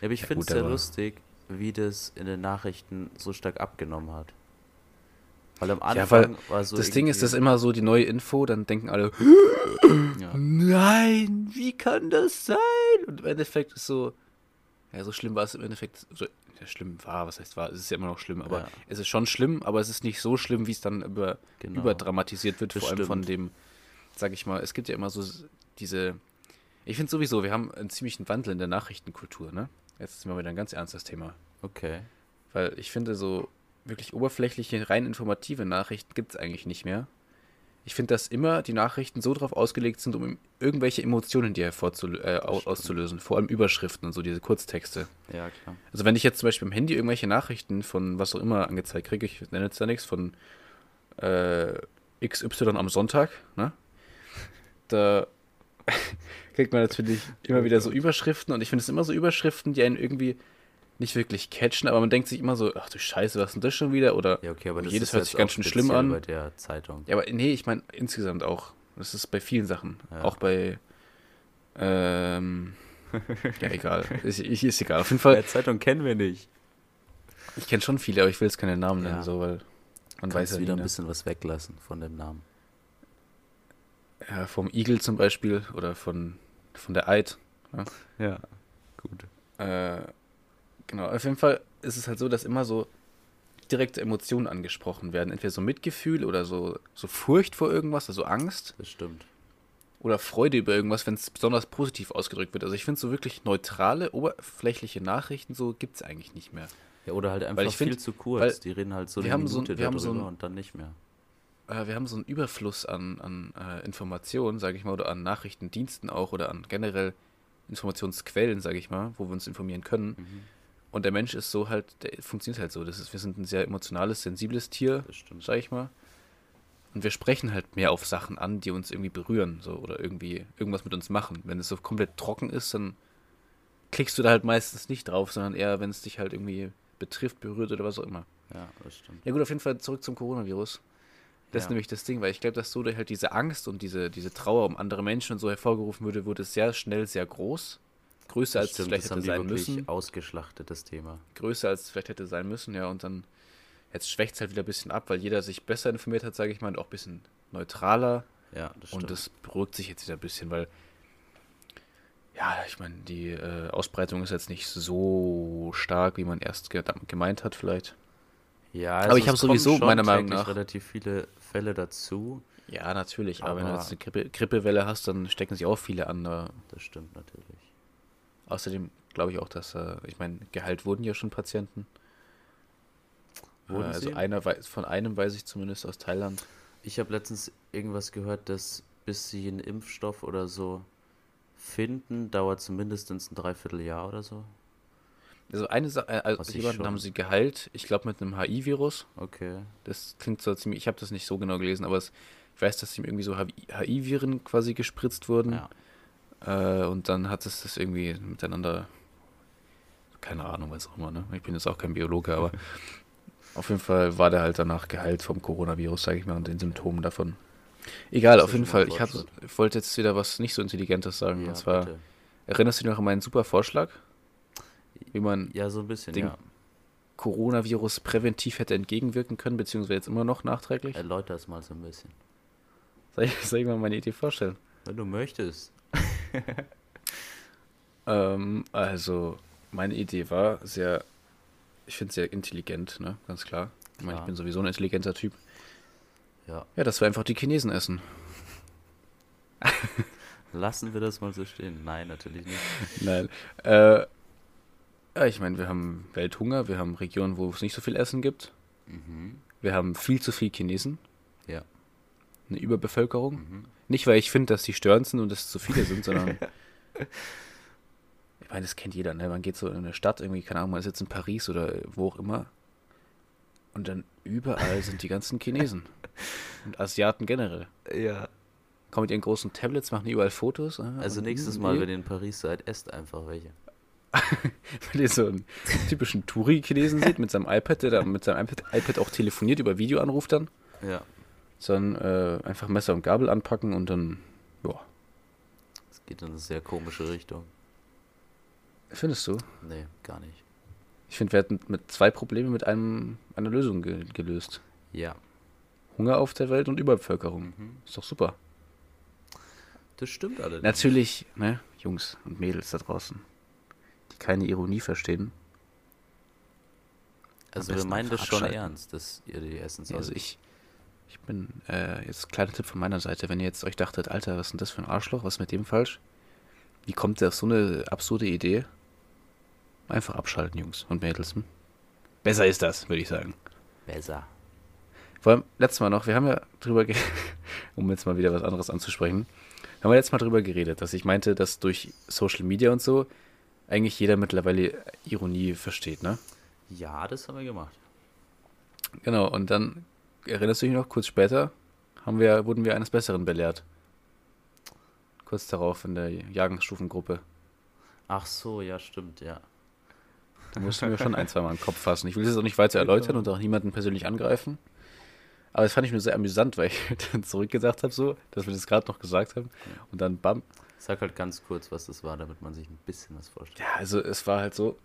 Speaker 1: Ja, aber ich
Speaker 2: Ja,
Speaker 1: finde es
Speaker 2: gut,
Speaker 1: sehr
Speaker 2: aber-
Speaker 1: lustig, wie das in den Nachrichten so stark abgenommen hat. Weil am Anfang
Speaker 2: Ja, weil
Speaker 1: war so.
Speaker 2: das Ding ist, dass
Speaker 1: irgendwie-
Speaker 2: immer so die neue Info, dann denken alle,
Speaker 1: Ja.
Speaker 2: nein, wie kann das sein? Und im Endeffekt ist so, ja, so schlimm war es im Endeffekt, so, ja, schlimm war, was heißt war, es ist ja immer noch schlimm, aber
Speaker 1: Ja.
Speaker 2: es ist schon schlimm, aber es ist nicht so schlimm, wie es dann über,
Speaker 1: Genau.
Speaker 2: überdramatisiert wird,
Speaker 1: Das
Speaker 2: vor allem von dem,
Speaker 1: stimmt.
Speaker 2: sag ich mal, es gibt ja immer so s- diese, ich finde sowieso, wir haben einen ziemlichen Wandel in der Nachrichtenkultur, ne? Jetzt ist mal wieder ein ganz ernstes Thema.
Speaker 1: Okay.
Speaker 2: Weil ich finde, so wirklich oberflächliche, rein informative Nachrichten gibt es eigentlich nicht mehr. Ich finde, dass immer die Nachrichten so drauf ausgelegt sind, um irgendwelche Emotionen dir hervorzul- äh, au-
Speaker 1: stimmt.
Speaker 2: auszulösen. Vor allem Überschriften und so diese Kurztexte.
Speaker 1: Ja, klar.
Speaker 2: Also wenn ich jetzt zum Beispiel im Handy irgendwelche Nachrichten von was auch immer angezeigt kriege, ich nenne jetzt da nichts, von äh, XY am Sonntag, ne? Da kriegt man natürlich immer wieder so Überschriften und ich finde es immer so Überschriften, die einen irgendwie nicht wirklich catchen, aber man denkt sich immer so, ach du Scheiße, was ist denn das schon wieder? Oder
Speaker 1: Ja, okay, aber das
Speaker 2: jedes
Speaker 1: ist
Speaker 2: hört
Speaker 1: jetzt
Speaker 2: sich ganz
Speaker 1: auch
Speaker 2: schön schlimm
Speaker 1: speziell
Speaker 2: an.
Speaker 1: bei der Zeitung.
Speaker 2: Ja, aber nee, ich meine insgesamt auch. Das ist bei vielen Sachen.
Speaker 1: Ja.
Speaker 2: Auch bei. Ähm, ja, egal. Ist, ich, ist egal. Auf jeden Fall,
Speaker 1: Zeitung kennen wir nicht.
Speaker 2: ich kenne schon viele, aber ich will jetzt keine Namen nennen,
Speaker 1: Ja.
Speaker 2: so, weil Man
Speaker 1: Kannst
Speaker 2: weiß ja
Speaker 1: wieder
Speaker 2: nie,
Speaker 1: ein
Speaker 2: ne?
Speaker 1: bisschen was weglassen von dem Namen.
Speaker 2: ja, vom Igel zum Beispiel oder von, von der Eid.
Speaker 1: Ja, gut.
Speaker 2: Äh, genau, auf jeden Fall ist es halt so, dass immer so direkte Emotionen angesprochen werden. Entweder so Mitgefühl oder so, so Furcht vor irgendwas, also Angst
Speaker 1: Das stimmt.
Speaker 2: oder Freude über irgendwas, wenn es besonders positiv ausgedrückt wird. Also ich finde so wirklich neutrale, oberflächliche Nachrichten, so gibt es eigentlich nicht mehr.
Speaker 1: Ja, oder halt einfach
Speaker 2: ich
Speaker 1: viel
Speaker 2: find-
Speaker 1: zu kurz.
Speaker 2: weil
Speaker 1: die reden halt so
Speaker 2: wir
Speaker 1: eine
Speaker 2: haben so
Speaker 1: Minute
Speaker 2: ein- wir haben
Speaker 1: darüber
Speaker 2: so ein-
Speaker 1: und dann nicht mehr.
Speaker 2: Äh, wir haben so einen Überfluss an, an äh, Informationen, sage ich mal, oder an Nachrichtendiensten auch oder an generell Informationsquellen, sage ich mal, wo wir uns informieren können.
Speaker 1: Mhm.
Speaker 2: Und der Mensch ist so halt, der funktioniert halt so. Das ist, wir sind ein sehr emotionales, sensibles Tier,
Speaker 1: Das stimmt.
Speaker 2: sage ich mal. Und wir sprechen halt mehr auf Sachen an, die uns irgendwie berühren so, oder irgendwie irgendwas mit uns machen. Wenn es so komplett trocken ist, dann klickst du da halt meistens nicht drauf, sondern eher, wenn es dich halt irgendwie betrifft, berührt oder was auch immer.
Speaker 1: Ja, das stimmt.
Speaker 2: Ja gut, auf jeden Fall zurück zum Coronavirus. Das
Speaker 1: Ja.
Speaker 2: ist nämlich das Ding, weil ich glaube, dass so durch halt diese Angst und diese, diese Trauer um andere Menschen und so hervorgerufen würde, wurde es sehr schnell sehr groß. Größer als es
Speaker 1: stimmt,
Speaker 2: vielleicht
Speaker 1: das haben
Speaker 2: hätte
Speaker 1: die
Speaker 2: sein
Speaker 1: wirklich
Speaker 2: müssen.
Speaker 1: ausgeschlachtet, das Thema.
Speaker 2: Größer als es vielleicht hätte sein müssen, ja. Und dann, jetzt schwächt es halt wieder ein bisschen ab, weil jeder sich besser informiert hat, sage ich mal, und auch ein bisschen neutraler.
Speaker 1: Ja, das stimmt.
Speaker 2: Und das beruhigt sich jetzt wieder ein bisschen, weil, ja, ich meine, die äh, Ausbreitung ist jetzt nicht so stark, wie man erst ge gemeint hat, vielleicht.
Speaker 1: ja, also
Speaker 2: aber ich hab
Speaker 1: es kommen
Speaker 2: sowieso
Speaker 1: schon
Speaker 2: meiner Meinung
Speaker 1: täglich
Speaker 2: nach-
Speaker 1: relativ viele Fälle dazu.
Speaker 2: Ja, natürlich, aber, wenn du
Speaker 1: Aber-
Speaker 2: jetzt eine Grippe, Grippewelle hast, dann stecken sich auch viele an. Äh,
Speaker 1: Das stimmt natürlich.
Speaker 2: außerdem glaube ich auch, dass, äh, ich meine, geheilt wurden ja schon Patienten.
Speaker 1: Wurden
Speaker 2: äh, also
Speaker 1: sie?
Speaker 2: einer wei- von einem weiß ich zumindest aus Thailand.
Speaker 1: Ich habe letztens irgendwas gehört, dass bis sie einen Impfstoff oder so finden, dauert es mindestens ein Dreivierteljahr oder so.
Speaker 2: Also eine Sache, äh, also
Speaker 1: Was ich
Speaker 2: jemanden
Speaker 1: schon-
Speaker 2: haben sie geheilt, ich glaube mit einem HI-Virus.
Speaker 1: Okay.
Speaker 2: Das klingt so ziemlich, ich habe das nicht so genau gelesen, aber es, ich weiß, dass ihm irgendwie so HI-Viren quasi gespritzt wurden.
Speaker 1: Ja.
Speaker 2: Äh, und dann hat es das irgendwie miteinander. Keine Ahnung, was auch immer, ne? Ich bin jetzt auch kein Biologe, aber auf jeden Fall war der halt danach geheilt vom Coronavirus, sage ich mal, und den Symptomen davon. Egal,
Speaker 1: Das
Speaker 2: auf
Speaker 1: ist
Speaker 2: jeden
Speaker 1: schon mal
Speaker 2: Fall. Ich hab,
Speaker 1: Fortschritt.
Speaker 2: ich wollte jetzt wieder was nicht so Intelligentes sagen.
Speaker 1: Ja,
Speaker 2: und zwar,
Speaker 1: bitte.
Speaker 2: erinnerst du dich noch an meinen super Vorschlag? Wie man
Speaker 1: ja, so ein bisschen,
Speaker 2: Ding-
Speaker 1: ja.
Speaker 2: Coronavirus präventiv hätte entgegenwirken können, beziehungsweise jetzt immer noch nachträglich?
Speaker 1: Erläuter es mal so ein bisschen.
Speaker 2: Soll ich, soll ich mal meine Idee vorstellen?
Speaker 1: Wenn du möchtest.
Speaker 2: Ähm, also, meine Idee war sehr, ich finde sehr intelligent, ne? Ganz klar. Ich meine, ich
Speaker 1: Klar.
Speaker 2: bin sowieso ein intelligenter Typ.
Speaker 1: Ja,
Speaker 2: Ja, dass wir einfach die Chinesen essen.
Speaker 1: lassen wir das mal so stehen. Nein, natürlich nicht.
Speaker 2: Nein. Äh, ja, ich meine, wir haben Welthunger, wir haben Regionen, wo es nicht so viel Essen gibt.
Speaker 1: Mhm.
Speaker 2: Wir haben viel zu viel Chinesen,
Speaker 1: Ja.
Speaker 2: eine Überbevölkerung.
Speaker 1: Mhm.
Speaker 2: Nicht, weil ich finde, dass die störend sind und dass es zu viele sind, sondern. Ich meine, das kennt jeder, ne? Man geht so in eine Stadt, irgendwie, keine Ahnung, man ist jetzt in Paris oder wo auch immer. Und dann überall sind die ganzen Chinesen. Und Asiaten generell.
Speaker 1: Ja.
Speaker 2: Kommen mit ihren großen Tablets, machen überall Fotos. ah,
Speaker 1: Also
Speaker 2: und-
Speaker 1: nächstes Mal, wenn ihr in Paris seid, esst einfach welche.
Speaker 2: Wenn ihr so einen typischen Touri-Chinesen seht mit seinem iPad, der da mit seinem iPad, iPad auch telefoniert, über Video anruft dann,
Speaker 1: Ja.
Speaker 2: sondern äh, einfach Messer und Gabel anpacken und dann, ja,
Speaker 1: Es geht in eine sehr komische Richtung.
Speaker 2: findest du?
Speaker 1: Nee, gar nicht.
Speaker 2: Ich finde, wir hätten mit zwei Problemen mit einem, einer Lösung ge gelöst.
Speaker 1: Ja,
Speaker 2: Hunger auf der Welt und Überbevölkerung. Ist doch super.
Speaker 1: das stimmt allerdings.
Speaker 2: Natürlich, ne, Jungs und Mädels da draußen, die keine Ironie verstehen.
Speaker 1: Also
Speaker 2: Am
Speaker 1: wir
Speaker 2: besten
Speaker 1: meinen das
Speaker 2: einfach
Speaker 1: schon
Speaker 2: abschalten.
Speaker 1: ernst, dass ihr die essen sollt.
Speaker 2: Also ich, ich bin, äh, jetzt kleiner Tipp von meiner Seite, wenn ihr jetzt euch dachtet, Alter, was ist denn das für ein Arschloch, was ist mit dem falsch? Wie kommt der auf so eine absurde Idee? Einfach abschalten, Jungs und Mädels. Hm? Besser ist das, würde ich sagen.
Speaker 1: Besser.
Speaker 2: Vor allem, letztes Mal noch, wir haben ja drüber, ge- um jetzt mal wieder was anderes anzusprechen, haben wir letztes Mal drüber geredet, dass ich meinte, dass durch Social Media und so eigentlich jeder mittlerweile Ironie versteht, ne?
Speaker 1: Ja, das haben wir gemacht.
Speaker 2: Genau, und dann, erinnerst du dich noch, kurz später haben wir, wurden wir eines Besseren belehrt. Kurz darauf in der Jahrgangsstufengruppe.
Speaker 1: Ach so, ja, stimmt, ja.
Speaker 2: Da mussten wir schon ein, zwei Mal im Kopf fassen. Ich will das auch nicht weiter erläutern und auch niemanden persönlich angreifen. Aber das fand ich nur sehr amüsant, weil ich dann zurückgedacht habe, so, dass wir das gerade noch gesagt haben. Und dann bam.
Speaker 1: Sag halt ganz kurz, was das war, damit man sich ein bisschen was vorstellt.
Speaker 2: Ja, also es war halt so,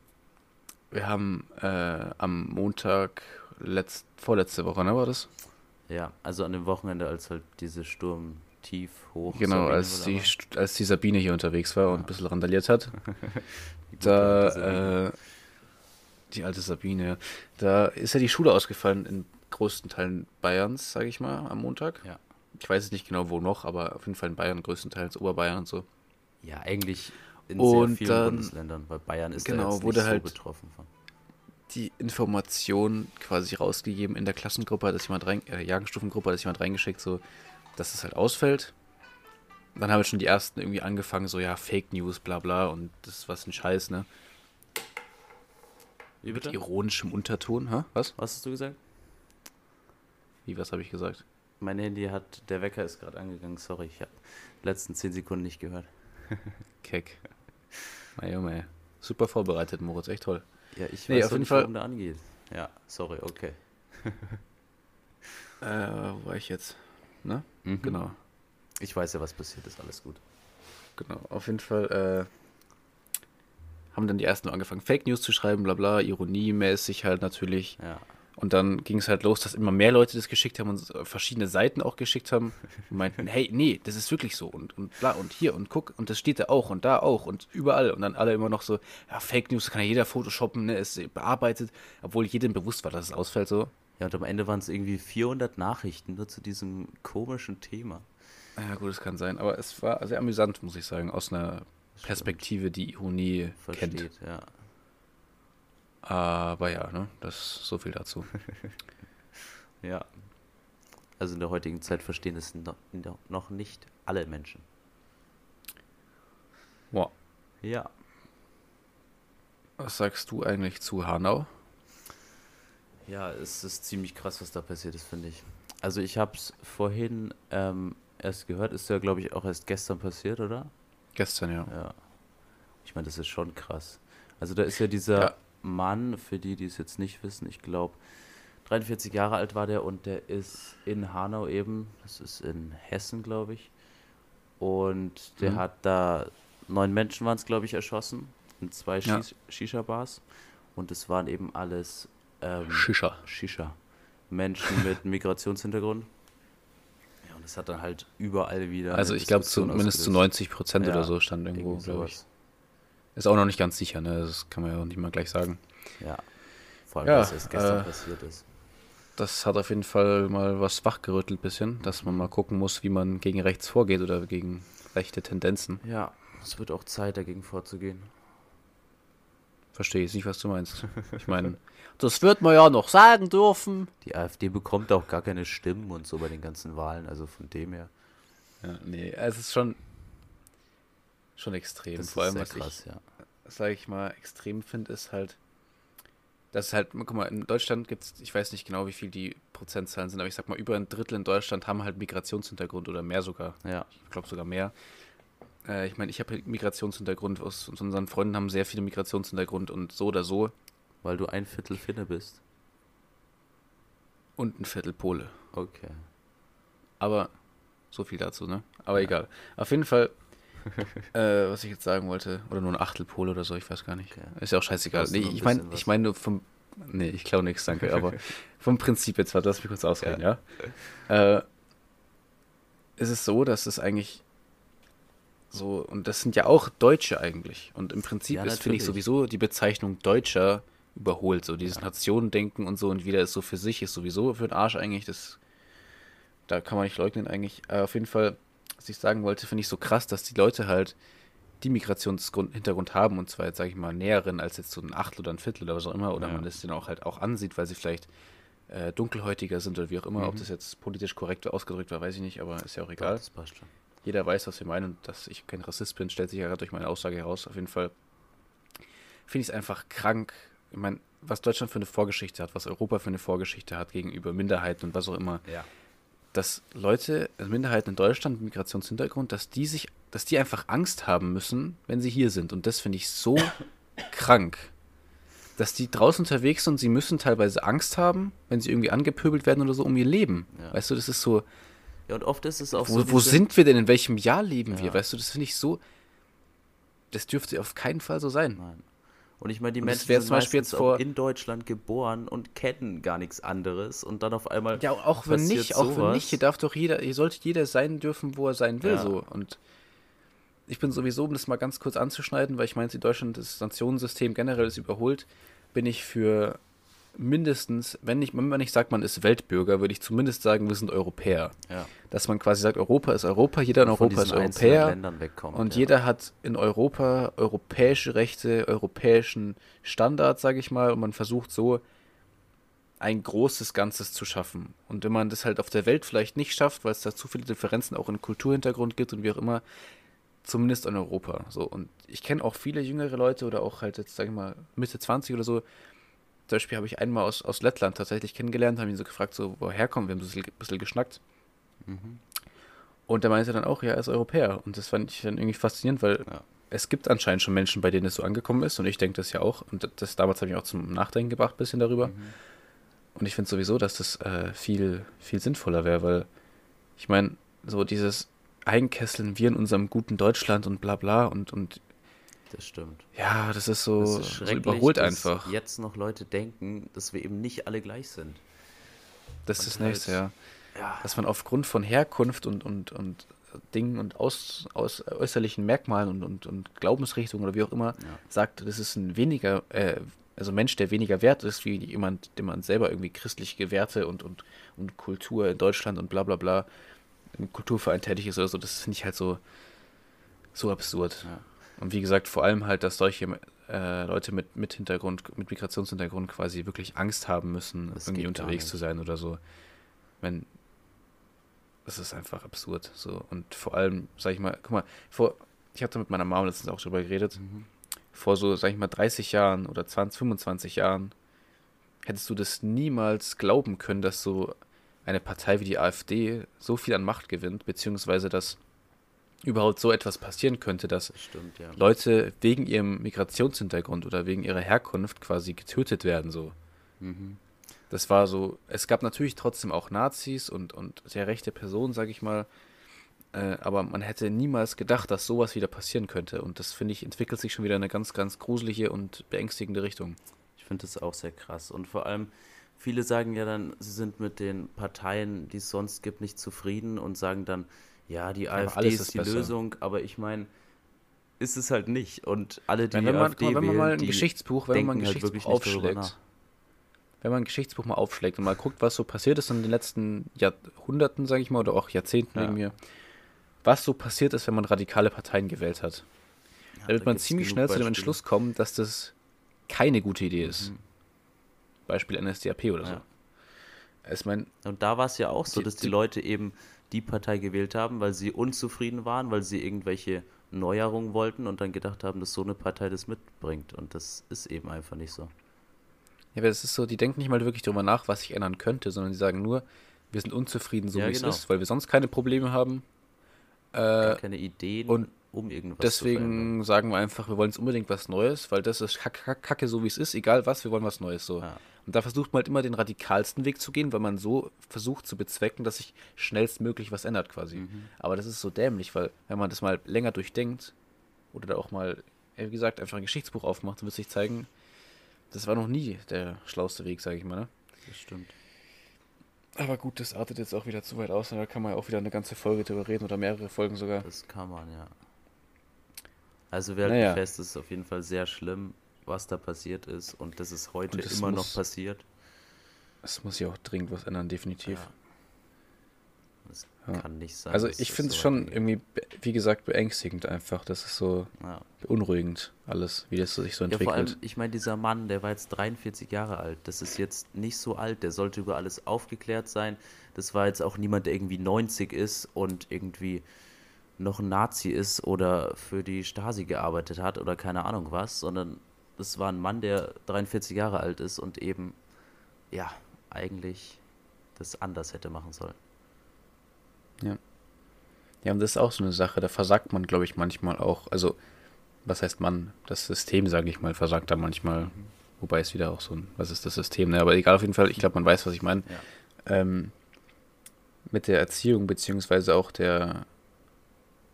Speaker 2: wir haben äh, am Montag letzt, vorletzte Woche, ne, war das?
Speaker 1: Ja, also an dem Wochenende, als halt diese Sturm tief hoch.
Speaker 2: Genau,
Speaker 1: Sabine
Speaker 2: als
Speaker 1: oder
Speaker 2: die,
Speaker 1: was?
Speaker 2: St- als die Sabine hier unterwegs war und ein bisschen randaliert hat.
Speaker 1: gute alte
Speaker 2: da,
Speaker 1: Sabine.
Speaker 2: äh, die alte Sabine, ja. Da ist ja die Schule ausgefallen in größten Teilen Bayerns, sage ich mal, am Montag.
Speaker 1: Ja.
Speaker 2: Ich weiß jetzt nicht genau, wo noch, aber auf jeden Fall in Bayern, größtenteils Oberbayern und so.
Speaker 1: Ja, eigentlich in
Speaker 2: Und
Speaker 1: sehr vielen
Speaker 2: dann-
Speaker 1: Bundesländern, weil Bayern ist da
Speaker 2: genau,
Speaker 1: jetzt
Speaker 2: wurde
Speaker 1: nicht
Speaker 2: halt-
Speaker 1: so betroffen von.
Speaker 2: die Information quasi rausgegeben in der Klassengruppe, hat das jemand rein, äh, Jahrgangsstufengruppe, hat das jemand reingeschickt, so, dass es halt ausfällt. Dann haben schon die ersten irgendwie angefangen, so, ja, Fake News, bla bla, und das ist was ein Scheiß, ne?
Speaker 1: Wie bitte?
Speaker 2: Ironischem Unterton, hä? Was?
Speaker 1: Was hast du gesagt?
Speaker 2: Wie, was habe ich gesagt?
Speaker 1: Mein Handy hat, der Wecker ist gerade angegangen, sorry, ich habe letzten zehn Sekunden nicht gehört.
Speaker 2: Keck. Na Junge, ey. super vorbereitet, Moritz, echt toll.
Speaker 1: Ja, ich
Speaker 2: Nee,
Speaker 1: weiß
Speaker 2: auf
Speaker 1: doch
Speaker 2: jeden
Speaker 1: nicht,
Speaker 2: Fall-
Speaker 1: warum der angeht. Ja, sorry, okay.
Speaker 2: Äh, wo war ich jetzt? Ne?
Speaker 1: Mhm.
Speaker 2: Genau.
Speaker 1: Ich weiß ja, was passiert ist, alles gut.
Speaker 2: Genau, auf jeden Fall äh, haben dann die ersten angefangen, Fake News zu schreiben, bla bla, ironiemäßig halt natürlich.
Speaker 1: Ja,
Speaker 2: Und dann ging es halt los, dass immer mehr Leute das geschickt haben und äh, verschiedene Seiten auch geschickt haben und meinten, hey, nee, das ist wirklich so und, und bla und hier und guck und das steht da auch und da auch und überall. Und dann alle immer noch so, ja, Fake News kann ja jeder Photoshoppen, ne, ist bearbeitet, obwohl jedem bewusst war, dass es ausfällt so.
Speaker 1: ja und am Ende waren es irgendwie 400 Nachrichten nur zu diesem komischen Thema.
Speaker 2: Ja, gut, das kann sein, aber es war sehr amüsant, muss ich sagen, aus einer Perspektive, die Ironie kennt.
Speaker 1: Versteht, ja.
Speaker 2: Aber ja, ne, das ist so viel dazu.
Speaker 1: Ja. Also in der heutigen Zeit verstehen es no- no- noch nicht alle Menschen.
Speaker 2: Wow.
Speaker 1: Ja.
Speaker 2: Was sagst du eigentlich zu Hanau?
Speaker 1: Ja, es ist ziemlich krass, was da passiert ist, finde ich. Also ich habe es vorhin ähm, erst gehört, ist ja, glaube ich, auch erst gestern passiert, oder?
Speaker 2: Gestern, ja.
Speaker 1: Ja. Ich meine, das ist schon krass. Also da ist ja dieser
Speaker 2: Ja.
Speaker 1: Mann, für die, die es jetzt nicht wissen, ich glaube, 43 Jahre alt war der und der ist in Hanau eben, das ist in Hessen, glaube ich. Und der
Speaker 2: Mhm.
Speaker 1: hat da neun Menschen waren es, glaube ich, erschossen in zwei
Speaker 2: Ja.
Speaker 1: Schis Shisha-Bars. Und es waren eben alles ähm,
Speaker 2: Schischer.
Speaker 1: Shisha. Menschen mit Migrationshintergrund. Ja, und das hat dann halt überall wieder.
Speaker 2: Also
Speaker 1: eine
Speaker 2: ich glaube
Speaker 1: Diskussion
Speaker 2: zumindest zu
Speaker 1: ausgelöst.
Speaker 2: 90 Prozent
Speaker 1: Ja,
Speaker 2: oder so stand irgendwo,
Speaker 1: Irgendwie
Speaker 2: glaube ich.
Speaker 1: sowas.
Speaker 2: Ist auch noch nicht ganz sicher, ne? Das kann man ja auch nicht mal gleich sagen.
Speaker 1: Ja. Vor allem,
Speaker 2: Ja,
Speaker 1: dass es gestern
Speaker 2: äh,
Speaker 1: passiert ist.
Speaker 2: Das hat auf jeden Fall mal was wachgerüttelt bisschen, dass man mal gucken muss, wie man gegen rechts vorgeht oder gegen rechte Tendenzen.
Speaker 1: Ja, es wird auch Zeit, dagegen vorzugehen.
Speaker 2: Verstehe ich nicht, was du meinst. Ich meine, das wird man ja noch sagen dürfen.
Speaker 1: Die AfD bekommt auch gar keine Stimmen und so bei den ganzen Wahlen, also von dem her.
Speaker 2: Ja, nee, es ist schon schon extrem.
Speaker 1: Das
Speaker 2: Vor allem,
Speaker 1: ist sehr
Speaker 2: was ich
Speaker 1: krass, ja.
Speaker 2: sage ich mal, extrem finde, ist halt, dass halt, guck mal, in Deutschland gibt es, ich weiß nicht genau, wie viel die Prozentzahlen sind, aber ich sag mal, über ein Drittel in Deutschland haben halt Migrationshintergrund oder mehr sogar.
Speaker 1: Ja,
Speaker 2: Ich glaube sogar mehr. Äh, ich meine, ich habe Migrationshintergrund, aus, aus unseren Freunden haben sehr viele Migrationshintergrund und so oder so
Speaker 1: weil du ein Viertel Finne bist.
Speaker 2: und ein Viertel Pole.
Speaker 1: Okay.
Speaker 2: Aber so viel dazu, ne? Aber egal. Auf jeden Fall, äh, was ich jetzt sagen wollte, oder nur ein Achtelpol oder so, ich weiß gar nicht.
Speaker 1: Okay.
Speaker 2: Ist ja auch scheißegal.
Speaker 1: Klaust du
Speaker 2: Nee,
Speaker 1: noch ein
Speaker 2: ich meine,
Speaker 1: bisschen was?
Speaker 2: ich meine nur vom. Nee, ich klau nichts, danke, aber vom Prinzip jetzt, warte, lass mich kurz ausreden, ja? Äh, ist es so, dass es eigentlich so, und das sind ja auch Deutsche eigentlich. Und im Prinzip
Speaker 1: Ja,
Speaker 2: ist, finde ich,
Speaker 1: natürlich.
Speaker 2: sowieso die Bezeichnung Deutscher überholt. So dieses Nationendenken und so und wieder ist so für sich, ist sowieso für den Arsch eigentlich, das da kann man nicht leugnen eigentlich. Äh, auf jeden Fall, was ich sagen wollte, finde ich so krass, dass die Leute halt die Migrationshintergrund haben und zwar jetzt, sage ich mal, näheren als jetzt so ein Achtel oder ein Viertel oder was auch immer, oder
Speaker 1: Ja.
Speaker 2: man das denen auch halt auch ansieht, weil sie vielleicht äh, dunkelhäutiger sind oder wie auch immer, ob das jetzt politisch korrekt ausgedrückt war, weiß ich nicht, aber ist ja auch
Speaker 1: Mhm. Doch,
Speaker 2: egal.
Speaker 1: Das passt schon.
Speaker 2: Jeder weiß, was wir meinen und dass ich kein Rassist bin, stellt sich ja gerade durch meine Aussage heraus. Auf jeden Fall finde ich es einfach krank. Ich meine, was Deutschland für eine Vorgeschichte hat, was Europa für eine Vorgeschichte hat gegenüber Minderheiten und was auch immer
Speaker 1: Ja.
Speaker 2: dass Leute, also Minderheiten in Deutschland mit Migrationshintergrund, dass die sich, dass die einfach Angst haben müssen, wenn sie hier sind. Und das finde ich so krank. Dass die draußen unterwegs sind und sie müssen teilweise Angst haben, wenn sie irgendwie angepöbelt werden oder so um ihr Leben.
Speaker 1: Ja.
Speaker 2: Weißt du, das ist so,
Speaker 1: Ja, und oft ist es auch
Speaker 2: wo,
Speaker 1: so.
Speaker 2: wo
Speaker 1: diese-
Speaker 2: sind wir denn? In welchem Jahr leben
Speaker 1: Ja.
Speaker 2: wir? Weißt du, das finde ich so, das dürfte auf keinen Fall so sein.
Speaker 1: Nein. Und ich meine, die
Speaker 2: Und das
Speaker 1: Menschen
Speaker 2: wär
Speaker 1: sind
Speaker 2: zum Beispiel
Speaker 1: meistens
Speaker 2: jetzt vor-
Speaker 1: auch in Deutschland geboren und kennen gar nichts anderes und dann auf einmal
Speaker 2: Ja, auch wenn
Speaker 1: passiert
Speaker 2: nicht, auch wenn
Speaker 1: sowas.
Speaker 2: nicht, hier darf doch jeder, hier sollte jeder sein dürfen, wo er sein will,
Speaker 1: Ja.
Speaker 2: so. Und ich bin sowieso, um das mal ganz kurz anzuschneiden, weil ich meine, in Deutschland das Sanktionssystem generell ist überholt, bin ich für mindestens, wenn nicht, wenn man nicht sagt, man ist Weltbürger, würde ich zumindest sagen, wir sind Europäer.
Speaker 1: Ja.
Speaker 2: Dass man quasi sagt, Europa ist Europa, jeder in
Speaker 1: von
Speaker 2: Europa ist
Speaker 1: diesen einzelnen
Speaker 2: Europäer.
Speaker 1: Ländern wegkommt.
Speaker 2: Und
Speaker 1: ja.
Speaker 2: jeder hat in Europa europäische Rechte, europäischen Standard, sage ich mal, und man versucht so ein großes Ganzes zu schaffen. Und wenn man das halt auf der Welt vielleicht nicht schafft, weil es da zu viele Differenzen auch in Kulturhintergrund gibt und wie auch immer, zumindest in Europa. So und ich kenne auch viele jüngere Leute oder auch halt jetzt sage ich mal Mitte 20 oder so. Zum Beispiel habe ich einen mal aus, aus Lettland tatsächlich kennengelernt, haben ihn so gefragt, so woher kommen wir, haben so ein bisschen- bisschen geschnackt. Und der meinte dann auch, ja, er ist Europäer. Und das fand ich dann irgendwie faszinierend, weil
Speaker 1: Ja.
Speaker 2: es gibt anscheinend schon Menschen, bei denen es so angekommen ist. Und ich denke das ja auch. Und das damals habe ich auch zum Nachdenken gebracht, ein bisschen darüber. Und ich finde sowieso, dass das äh, viel, viel sinnvoller wäre, weil ich meine, so dieses Einkesseln wir in unserem guten Deutschland und bla bla und, und
Speaker 1: Das stimmt.
Speaker 2: ja, das ist so,
Speaker 1: Es ist
Speaker 2: so
Speaker 1: schrecklich,
Speaker 2: überholt
Speaker 1: dass
Speaker 2: einfach.
Speaker 1: jetzt noch Leute denken, dass wir eben nicht alle gleich sind.
Speaker 2: Das ist das
Speaker 1: Und halt-
Speaker 2: nächste, ja.
Speaker 1: Ja.
Speaker 2: Dass man aufgrund von Herkunft und, und, und Dingen und aus, aus äußerlichen Merkmalen und, und, und Glaubensrichtungen oder wie auch immer
Speaker 1: Ja.
Speaker 2: sagt, das ist ein weniger, äh, also ein Mensch, der weniger wert ist, wie jemand, dem man selber irgendwie christliche Werte und, und, und Kultur in Deutschland und bla bla bla im Kulturverein tätig ist oder so, das finde ich halt so, so absurd.
Speaker 1: Ja.
Speaker 2: Und wie gesagt, vor allem halt, dass solche äh, Leute mit, mit Hintergrund, mit Migrationshintergrund quasi wirklich Angst haben müssen,
Speaker 1: Das
Speaker 2: irgendwie
Speaker 1: geht gar
Speaker 2: unterwegs
Speaker 1: nicht.
Speaker 2: zu sein oder so. Wenn das ist einfach absurd. So. Und vor allem, sag ich mal, guck mal, vor, ich habe da mit meiner Mom letztens auch drüber geredet.
Speaker 1: Mhm.
Speaker 2: Vor so, sag ich mal, 30 Jahren oder 20, 25 Jahren hättest du das niemals glauben können, dass so eine Partei wie die AfD so viel an Macht gewinnt, beziehungsweise dass überhaupt so etwas passieren könnte, dass
Speaker 1: Das stimmt, ja.
Speaker 2: Leute wegen ihrem Migrationshintergrund oder wegen ihrer Herkunft quasi getötet werden, so. Das war so, es gab natürlich trotzdem auch Nazis und, und sehr rechte Personen, sag ich mal, äh, aber man hätte niemals gedacht, dass sowas wieder passieren könnte und das, finde ich, entwickelt sich schon wieder in eine ganz, ganz gruselige und beängstigende Richtung.
Speaker 1: Ich finde das auch sehr krass. Und vor allem, viele sagen ja dann, sie sind mit den Parteien, die es sonst gibt, nicht zufrieden und sagen dann, ja, die AfD
Speaker 2: alles
Speaker 1: ist,
Speaker 2: ist
Speaker 1: die
Speaker 2: besser.
Speaker 1: Lösung, aber ich meine, ist es halt nicht. Und alle, die
Speaker 2: Wenn,
Speaker 1: die
Speaker 2: wenn, man,
Speaker 1: AfD
Speaker 2: guck mal, wenn man
Speaker 1: wählen,
Speaker 2: mal ein
Speaker 1: die
Speaker 2: Geschichtsbuch, wenn man mal ein
Speaker 1: denken halt
Speaker 2: Geschichtsbuch
Speaker 1: wirklich nicht darüber
Speaker 2: aufschlägt,
Speaker 1: nach.
Speaker 2: wenn man ein Geschichtsbuch mal aufschlägt und mal guckt, was so passiert ist in den letzten Jahrhunderten, sage ich mal, oder auch Jahrzehnten
Speaker 1: Ja.
Speaker 2: wegen mir, was so passiert ist, wenn man radikale Parteien gewählt hat. da wird
Speaker 1: da
Speaker 2: man
Speaker 1: gibt's
Speaker 2: ziemlich schnell zu
Speaker 1: genug
Speaker 2: dem
Speaker 1: Beispiele. Mhm.
Speaker 2: Entschluss kommen, dass das keine gute Idee ist. Beispiel NSDAP oder so. Also
Speaker 1: Ja.
Speaker 2: Ich meine,
Speaker 1: Und da war es ja auch so,
Speaker 2: Die-
Speaker 1: dass die,
Speaker 2: die-
Speaker 1: Leute eben die Partei gewählt haben, weil sie unzufrieden waren, weil sie irgendwelche Neuerungen wollten und dann gedacht haben, dass so eine Partei das mitbringt. Und das ist eben einfach nicht so.
Speaker 2: ja, aber das ist so, die denken nicht mal wirklich drüber nach, was sich ändern könnte, sondern die sagen nur, wir sind unzufrieden, so
Speaker 1: Ja,
Speaker 2: wie
Speaker 1: genau.
Speaker 2: es ist, weil wir sonst keine Probleme haben.
Speaker 1: Gar keine Ideen,
Speaker 2: Äh, und
Speaker 1: um irgendwas zu verändern.
Speaker 2: Deswegen sagen wir einfach, wir wollen jetzt unbedingt was Neues, weil das ist kack- kack- kacke, so wie es ist, egal was, wir wollen was Neues so.
Speaker 1: Ja.
Speaker 2: Und da versucht man halt immer den radikalsten Weg zu gehen, weil man so versucht zu bezwecken, dass sich schnellstmöglich was ändert quasi. Aber das ist so dämlich, weil wenn man das mal länger durchdenkt oder da auch mal, ja, wie gesagt, einfach ein Geschichtsbuch aufmacht, wird sich zeigen, das war noch nie der schlauste Weg, sage ich mal. Ne?
Speaker 1: Das stimmt.
Speaker 2: Aber gut, das artet jetzt auch wieder zu weit aus, und da kann man ja auch wieder eine ganze Folge drüber reden oder mehrere Folgen sogar.
Speaker 1: Das kann man, ja. Also wir halten
Speaker 2: Naja.
Speaker 1: fest, es ist auf jeden Fall sehr schlimm, was da passiert ist und dass es heute
Speaker 2: Und es
Speaker 1: immer noch
Speaker 2: muss-
Speaker 1: passiert.
Speaker 2: Es muss ja auch dringend was ändern, definitiv.
Speaker 1: Ja. Das
Speaker 2: Ja.
Speaker 1: kann nicht sein.
Speaker 2: Also
Speaker 1: dass
Speaker 2: ich
Speaker 1: es
Speaker 2: finde es
Speaker 1: so
Speaker 2: schon
Speaker 1: weitergeht.
Speaker 2: irgendwie, be- wie gesagt, beängstigend einfach. Das ist so
Speaker 1: Ja.
Speaker 2: beunruhigend alles, wie das sich so
Speaker 1: Ja, vor
Speaker 2: entwickelt.
Speaker 1: allem, ich meine, dieser Mann, der war jetzt 43 Jahre alt. Das ist jetzt nicht so alt. Der sollte über alles aufgeklärt sein. Das war jetzt auch niemand, der irgendwie 90 ist und irgendwie noch ein Nazi ist oder für die Stasi gearbeitet hat oder keine Ahnung was, sondern das war ein Mann, der 43 Jahre alt ist und eben, ja, eigentlich das anders hätte machen sollen.
Speaker 2: ja, und das ist auch so eine Sache, da versagt man, glaube ich, manchmal auch. Also, was heißt man? Das System, sage ich mal, versagt da manchmal. Wobei es wieder auch so ein, was ist das System? Ne? Aber egal, auf jeden Fall, ich glaube, man weiß, was ich meine.
Speaker 1: Ja.
Speaker 2: Ähm, mit der Erziehung beziehungsweise auch der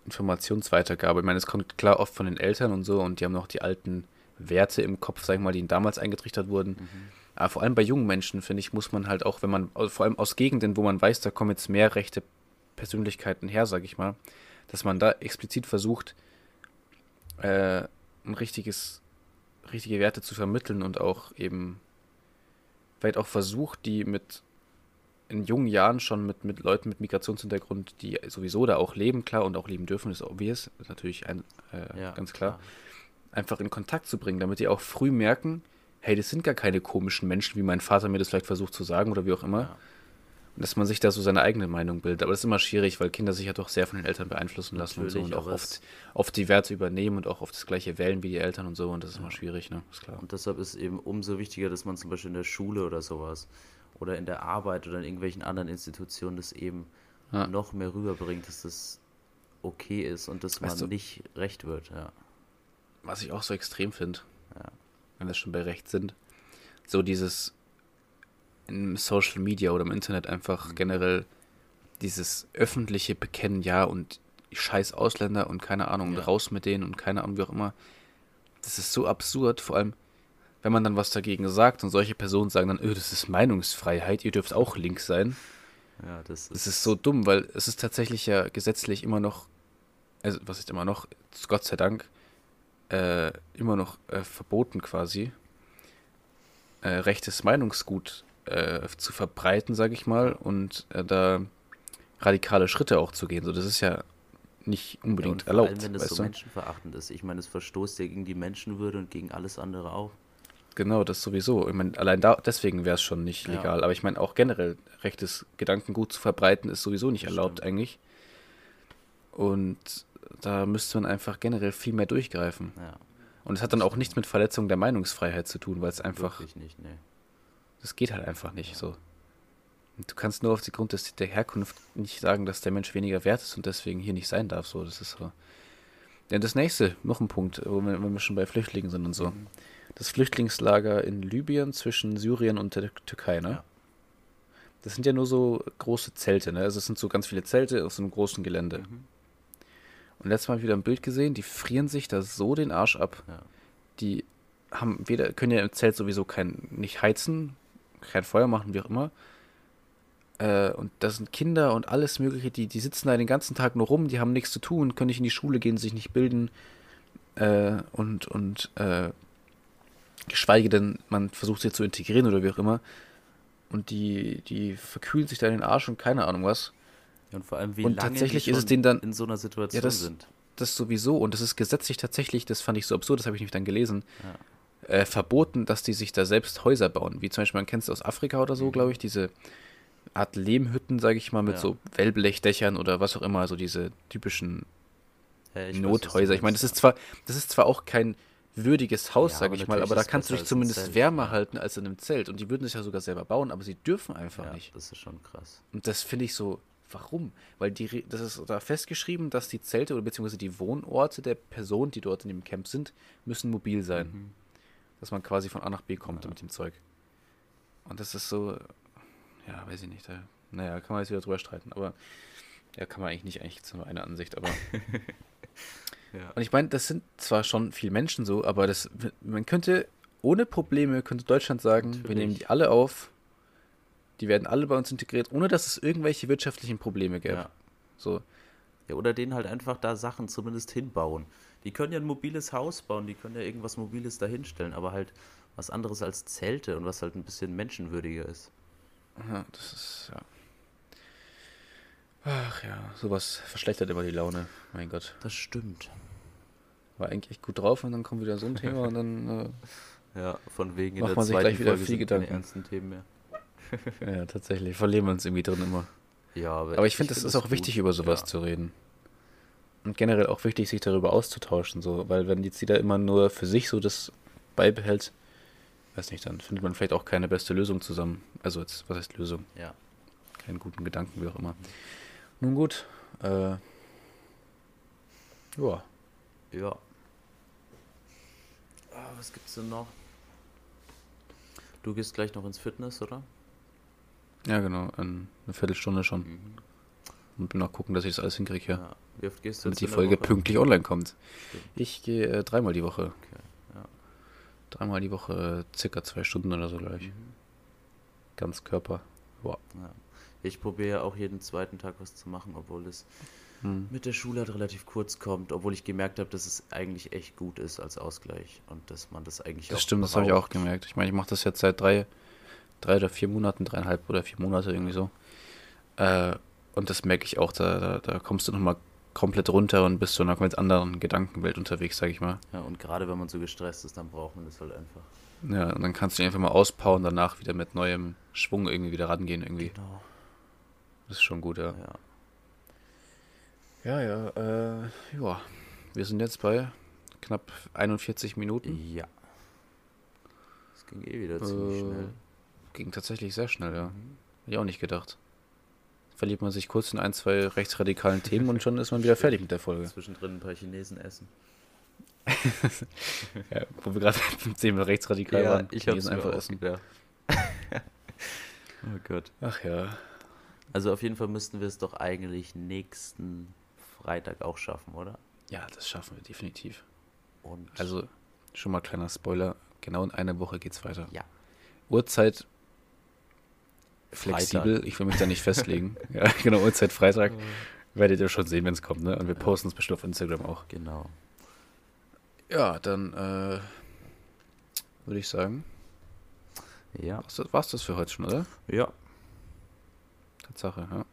Speaker 2: Informationsweitergabe. Ich meine, es kommt klar oft von den Eltern und so und die haben noch die alten Werte im Kopf, sag ich mal, die ihnen damals eingetrichtert wurden. Aber vor allem bei jungen Menschen, finde ich, muss man halt auch, wenn man, also vor allem aus Gegenden, wo man weiß, da kommen jetzt mehr rechte Persönlichkeiten her, sag ich mal, dass man da explizit versucht, äh, ein richtiges, richtige Werte zu vermitteln und auch eben vielleicht auch versucht, die mit in jungen Jahren schon mit, mit Leuten mit Migrationshintergrund, die sowieso da auch leben, klar, und auch leben dürfen, ist obvious, ist natürlich ein, äh,
Speaker 1: Ja,
Speaker 2: ganz klar einfach in Kontakt zu bringen, damit die auch früh merken, hey, das sind gar keine komischen Menschen, wie mein Vater mir das vielleicht versucht zu sagen oder wie auch immer.
Speaker 1: Ja.
Speaker 2: Und dass man sich da so seine eigene Meinung bildet. Aber das ist immer schwierig, weil Kinder sich ja doch sehr von den Eltern beeinflussen lassen und
Speaker 1: Natürlich,
Speaker 2: so und auch
Speaker 1: aber es-
Speaker 2: oft, oft die Werte übernehmen und auch oft das gleiche wählen wie die Eltern und so. Und das ist immer schwierig, ne? Ist klar.
Speaker 1: Und deshalb ist eben umso wichtiger, dass man zum Beispiel in der Schule oder sowas oder in der Arbeit oder in irgendwelchen anderen Institutionen das eben
Speaker 2: Ja.
Speaker 1: noch mehr rüberbringt, dass das okay ist und dass man
Speaker 2: Weißt du-
Speaker 1: nicht recht wird. Ja.
Speaker 2: Was ich auch so extrem finde,
Speaker 1: Ja.
Speaker 2: wenn wir schon bei Recht sind, so dieses im Social Media oder im Internet einfach
Speaker 1: Mhm.
Speaker 2: generell dieses öffentliche Bekennen, ja, und scheiß Ausländer und keine Ahnung,
Speaker 1: Ja.
Speaker 2: raus mit denen und keine Ahnung, wie auch immer. Das ist so absurd, vor allem, wenn man dann was dagegen sagt und solche Personen sagen dann, öh, das ist Meinungsfreiheit, ihr dürft auch links sein.
Speaker 1: ja, das ist,
Speaker 2: Das ist so dumm, weil es ist tatsächlich ja gesetzlich immer noch, also was ist immer noch, Gott sei Dank, äh, immer noch äh, verboten quasi, äh, rechtes Meinungsgut äh, zu verbreiten, sage ich mal, und äh, da radikale Schritte auch zu gehen. So, das ist ja nicht
Speaker 1: ja, und
Speaker 2: unbedingt
Speaker 1: vor
Speaker 2: erlaubt.
Speaker 1: allem, wenn das
Speaker 2: weißt
Speaker 1: so
Speaker 2: du?
Speaker 1: menschenverachtend ist. Ich meine, es verstoßt ja gegen die Menschenwürde und gegen alles andere auch.
Speaker 2: Genau, das sowieso. Ich meine, allein da, deswegen wäre es schon nicht
Speaker 1: Ja.
Speaker 2: legal. Aber ich meine, auch generell rechtes Gedankengut zu verbreiten ist sowieso nicht
Speaker 1: Das
Speaker 2: erlaubt
Speaker 1: stimmt.
Speaker 2: eigentlich. Und da müsste man einfach generell viel mehr durchgreifen.
Speaker 1: Ja,
Speaker 2: Und es hat dann auch nichts mit Verletzung der Meinungsfreiheit zu tun, weil es einfach,
Speaker 1: wirklich nicht, nee.
Speaker 2: das geht halt einfach nicht so. Und du kannst nur auf die Grund des, der Herkunft nicht sagen, dass der Mensch weniger wert ist und deswegen hier nicht sein darf. So, das ist so. Denn das nächste, noch ein Punkt, wo wir- wenn wir schon bei Flüchtlingen sind und so. Das Flüchtlingslager in Libyen zwischen Syrien und der Türkei, ne?
Speaker 1: Ja.
Speaker 2: Das sind ja nur so große Zelte, ne? Also es sind so ganz viele Zelte auf so einem großen Gelände.
Speaker 1: Mhm.
Speaker 2: Und letztes Mal habe ich wieder ein Bild gesehen, die frieren sich da so den Arsch ab
Speaker 1: Ja.
Speaker 2: die haben weder, können ja im Zelt sowieso kein, nicht heizen, kein Feuer machen, wie auch immer. Äh, und das sind Kinder und alles Mögliche, die, die sitzen da den ganzen Tag nur rum, die haben nichts zu tun, können nicht in die Schule gehen, sich nicht bilden. Äh, und, und, äh, geschweige denn, man versucht sie zu integrieren oder wie auch immer. Und die, die verkühlen sich da den Arsch und keine Ahnung was.
Speaker 1: Ja, und vor allem, wie
Speaker 2: Und
Speaker 1: lange
Speaker 2: tatsächlich
Speaker 1: die
Speaker 2: ist es
Speaker 1: schon
Speaker 2: denen dann-
Speaker 1: in so einer Situation
Speaker 2: das-
Speaker 1: sind.
Speaker 2: das sowieso, und das ist gesetzlich tatsächlich, das fand ich so absurd, das habe ich nämlich dann gelesen,
Speaker 1: Ja.
Speaker 2: äh, verboten, dass die sich da selbst Häuser bauen. Wie zum Beispiel, man kennt es aus Afrika oder so, glaube ich, diese Art Lehmhütten, sage ich mal, mit
Speaker 1: Mhm. Ja.
Speaker 2: so Wellblechdächern oder was auch immer, so diese typischen
Speaker 1: Ja, ich weiß, was du
Speaker 2: Nothäuser. Ich meine, das ist
Speaker 1: meinst,
Speaker 2: zwar, das ist zwar auch kein würdiges Haus,
Speaker 1: Ja,
Speaker 2: sage
Speaker 1: aber
Speaker 2: ich mal,
Speaker 1: natürlich
Speaker 2: aber da
Speaker 1: ist es
Speaker 2: kannst du dich
Speaker 1: besser als ein
Speaker 2: zumindest
Speaker 1: Zelt,
Speaker 2: wärmer
Speaker 1: ja.
Speaker 2: halten als in einem Zelt. Und die würden sich ja sogar selber bauen, aber sie dürfen einfach
Speaker 1: ja,
Speaker 2: nicht.
Speaker 1: Das ist schon krass.
Speaker 2: Und das finde ich so, warum? Weil die, Re- das ist da festgeschrieben, dass die Zelte oder beziehungsweise die Wohnorte der Personen, die dort in dem Camp sind, müssen mobil sein.
Speaker 1: Mhm.
Speaker 2: Dass man quasi von A nach B kommt mit dem Zeug. Und das ist so, ja, weiß ich nicht. Da, naja, kann man jetzt wieder drüber streiten, aber ja, kann man eigentlich nicht, eigentlich zu nur einer Ansicht, aber.
Speaker 1: Ja.
Speaker 2: Und ich meine, das sind zwar schon viele Menschen so, aber das, man könnte ohne Probleme, könnte Deutschland sagen, wir
Speaker 1: Natürlich.
Speaker 2: nehmen die alle auf, die werden alle bei uns integriert, ohne dass es irgendwelche wirtschaftlichen Probleme gäbe.
Speaker 1: Ja.
Speaker 2: So.
Speaker 1: Ja, oder denen halt einfach da Sachen zumindest hinbauen. Die können ja ein mobiles Haus bauen, die können ja irgendwas Mobiles da hinstellen, aber halt was anderes als Zelte und was halt ein bisschen menschenwürdiger ist.
Speaker 2: Ja, das ist, ja. Ach ja, sowas verschlechtert immer die Laune. Mein Gott.
Speaker 1: Das stimmt.
Speaker 2: War eigentlich echt gut drauf und dann kommt wieder so ein Thema und dann.
Speaker 1: Ja, von wegen
Speaker 2: Macht
Speaker 1: in der
Speaker 2: man sich
Speaker 1: zweiten
Speaker 2: gleich wieder
Speaker 1: Folge
Speaker 2: viel
Speaker 1: sind keine
Speaker 2: Gedanken.
Speaker 1: ernsten Themen mehr.
Speaker 2: Äh, ja, tatsächlich. Verlieren wir uns irgendwie drin immer.
Speaker 1: Ja,
Speaker 2: Aber ich finde, es ist auch
Speaker 1: gut.
Speaker 2: wichtig, über sowas
Speaker 1: ja.
Speaker 2: zu reden. Und generell auch wichtig, sich darüber auszutauschen, so, weil wenn jetzt jeder immer nur für sich so das beibehält, weiß nicht, dann findet man vielleicht auch keine beste Lösung zusammen. Also jetzt, was heißt Lösung?
Speaker 1: Ja,
Speaker 2: Keinen guten Gedanken, wie auch immer. Nun gut, äh, ja,
Speaker 1: ja. Ah, was gibt's denn noch? Du gehst gleich noch ins Fitness, oder?
Speaker 2: ja genau, in eine Viertelstunde schon. Und bin noch gucken, dass ich das alles hinkriege, ja.
Speaker 1: Wie oft gehst du
Speaker 2: damit
Speaker 1: jetzt
Speaker 2: die
Speaker 1: in der
Speaker 2: Folge
Speaker 1: Woche?
Speaker 2: pünktlich online kommt. Ich gehe äh, dreimal die Woche.
Speaker 1: Okay, ja.
Speaker 2: Dreimal die Woche äh, circa zwei Stunden oder so gleich. Ganz Körper. Boah.
Speaker 1: Ja. Ich probiere ja auch jeden zweiten Tag was zu machen, obwohl es
Speaker 2: Hm.
Speaker 1: mit der Schule halt relativ kurz kommt, obwohl ich gemerkt habe, dass es eigentlich echt gut ist als Ausgleich und dass man das eigentlich
Speaker 2: Das stimmt, das habe ich
Speaker 1: braucht.
Speaker 2: auch gemerkt. Ich meine, ich mache das jetzt seit drei, drei oder vier Monaten, dreieinhalb oder vier Monate irgendwie so. Äh, und das merke ich auch, da, da, da kommst du nochmal komplett runter und bist zu einer komplett anderen Gedankenwelt unterwegs, sage ich mal.
Speaker 1: Ja, und gerade wenn man so gestresst ist, dann braucht man das halt einfach.
Speaker 2: Ja, und dann kannst du dich einfach mal auspauen, danach wieder mit neuem Schwung irgendwie wieder rangehen irgendwie.
Speaker 1: Genau.
Speaker 2: Das ist schon gut, ja.
Speaker 1: Ja.
Speaker 2: Ja, ja, äh, ja. Wir sind jetzt bei knapp 41 Minuten.
Speaker 1: ja. Das ging eh wieder ziemlich
Speaker 2: Hm. Äh,
Speaker 1: schnell.
Speaker 2: Ging tatsächlich sehr schnell, ja. Hätte ich auch nicht gedacht. Verliert man sich kurz in ein, zwei rechtsradikalen Themen und schon ist man wieder fertig mit der Folge.
Speaker 1: Zwischendrin ein paar Chinesen essen.
Speaker 2: Ja, wo wir gerade beim Thema rechtsradikal waren. Chinesen einfach essen.
Speaker 1: gedacht. oh Gott.
Speaker 2: Ach ja.
Speaker 1: Also auf jeden Fall müssten wir es doch eigentlich nächsten Freitag auch schaffen, oder?
Speaker 2: Ja, das schaffen wir definitiv.
Speaker 1: Und
Speaker 2: Also, schon mal kleiner Spoiler. Genau in einer Woche geht's weiter.
Speaker 1: Ja.
Speaker 2: Uhrzeit
Speaker 1: Freitag.
Speaker 2: flexibel. Ich will mich da nicht festlegen. ja, genau, Uhrzeit Freitag. Werdet ihr schon sehen, wenn es kommt, ne? Und wir posten es bestimmt auf Instagram auch.
Speaker 1: genau.
Speaker 2: Ja, dann äh, würde ich sagen,
Speaker 1: Ja.
Speaker 2: war's das, war's das für heute schon, oder?
Speaker 1: Ja.
Speaker 2: Tatsache, ja.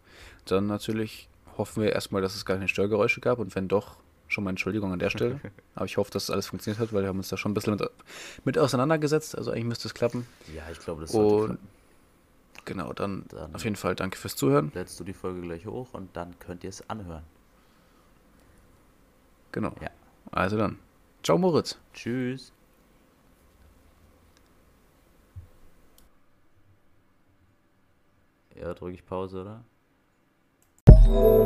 Speaker 2: Dann natürlich hoffen wir erstmal, dass es gar keine Störgeräusche gab und wenn doch, schon mal Entschuldigung an der Stelle. Aber ich hoffe, dass alles funktioniert hat, weil wir haben uns da schon ein bisschen mit, mit auseinandergesetzt. Also eigentlich müsste es klappen.
Speaker 1: Ja, ich glaube, das sollte
Speaker 2: Und genau, dann,
Speaker 1: Dann-
Speaker 2: auf jeden Fall danke fürs Zuhören.
Speaker 1: lädst du die Folge gleich hoch und dann könnt ihr es anhören.
Speaker 2: Genau.
Speaker 1: Ja.
Speaker 2: Also dann. Ciao Moritz.
Speaker 1: Tschüss. Ja, drücke ich Pause, oder?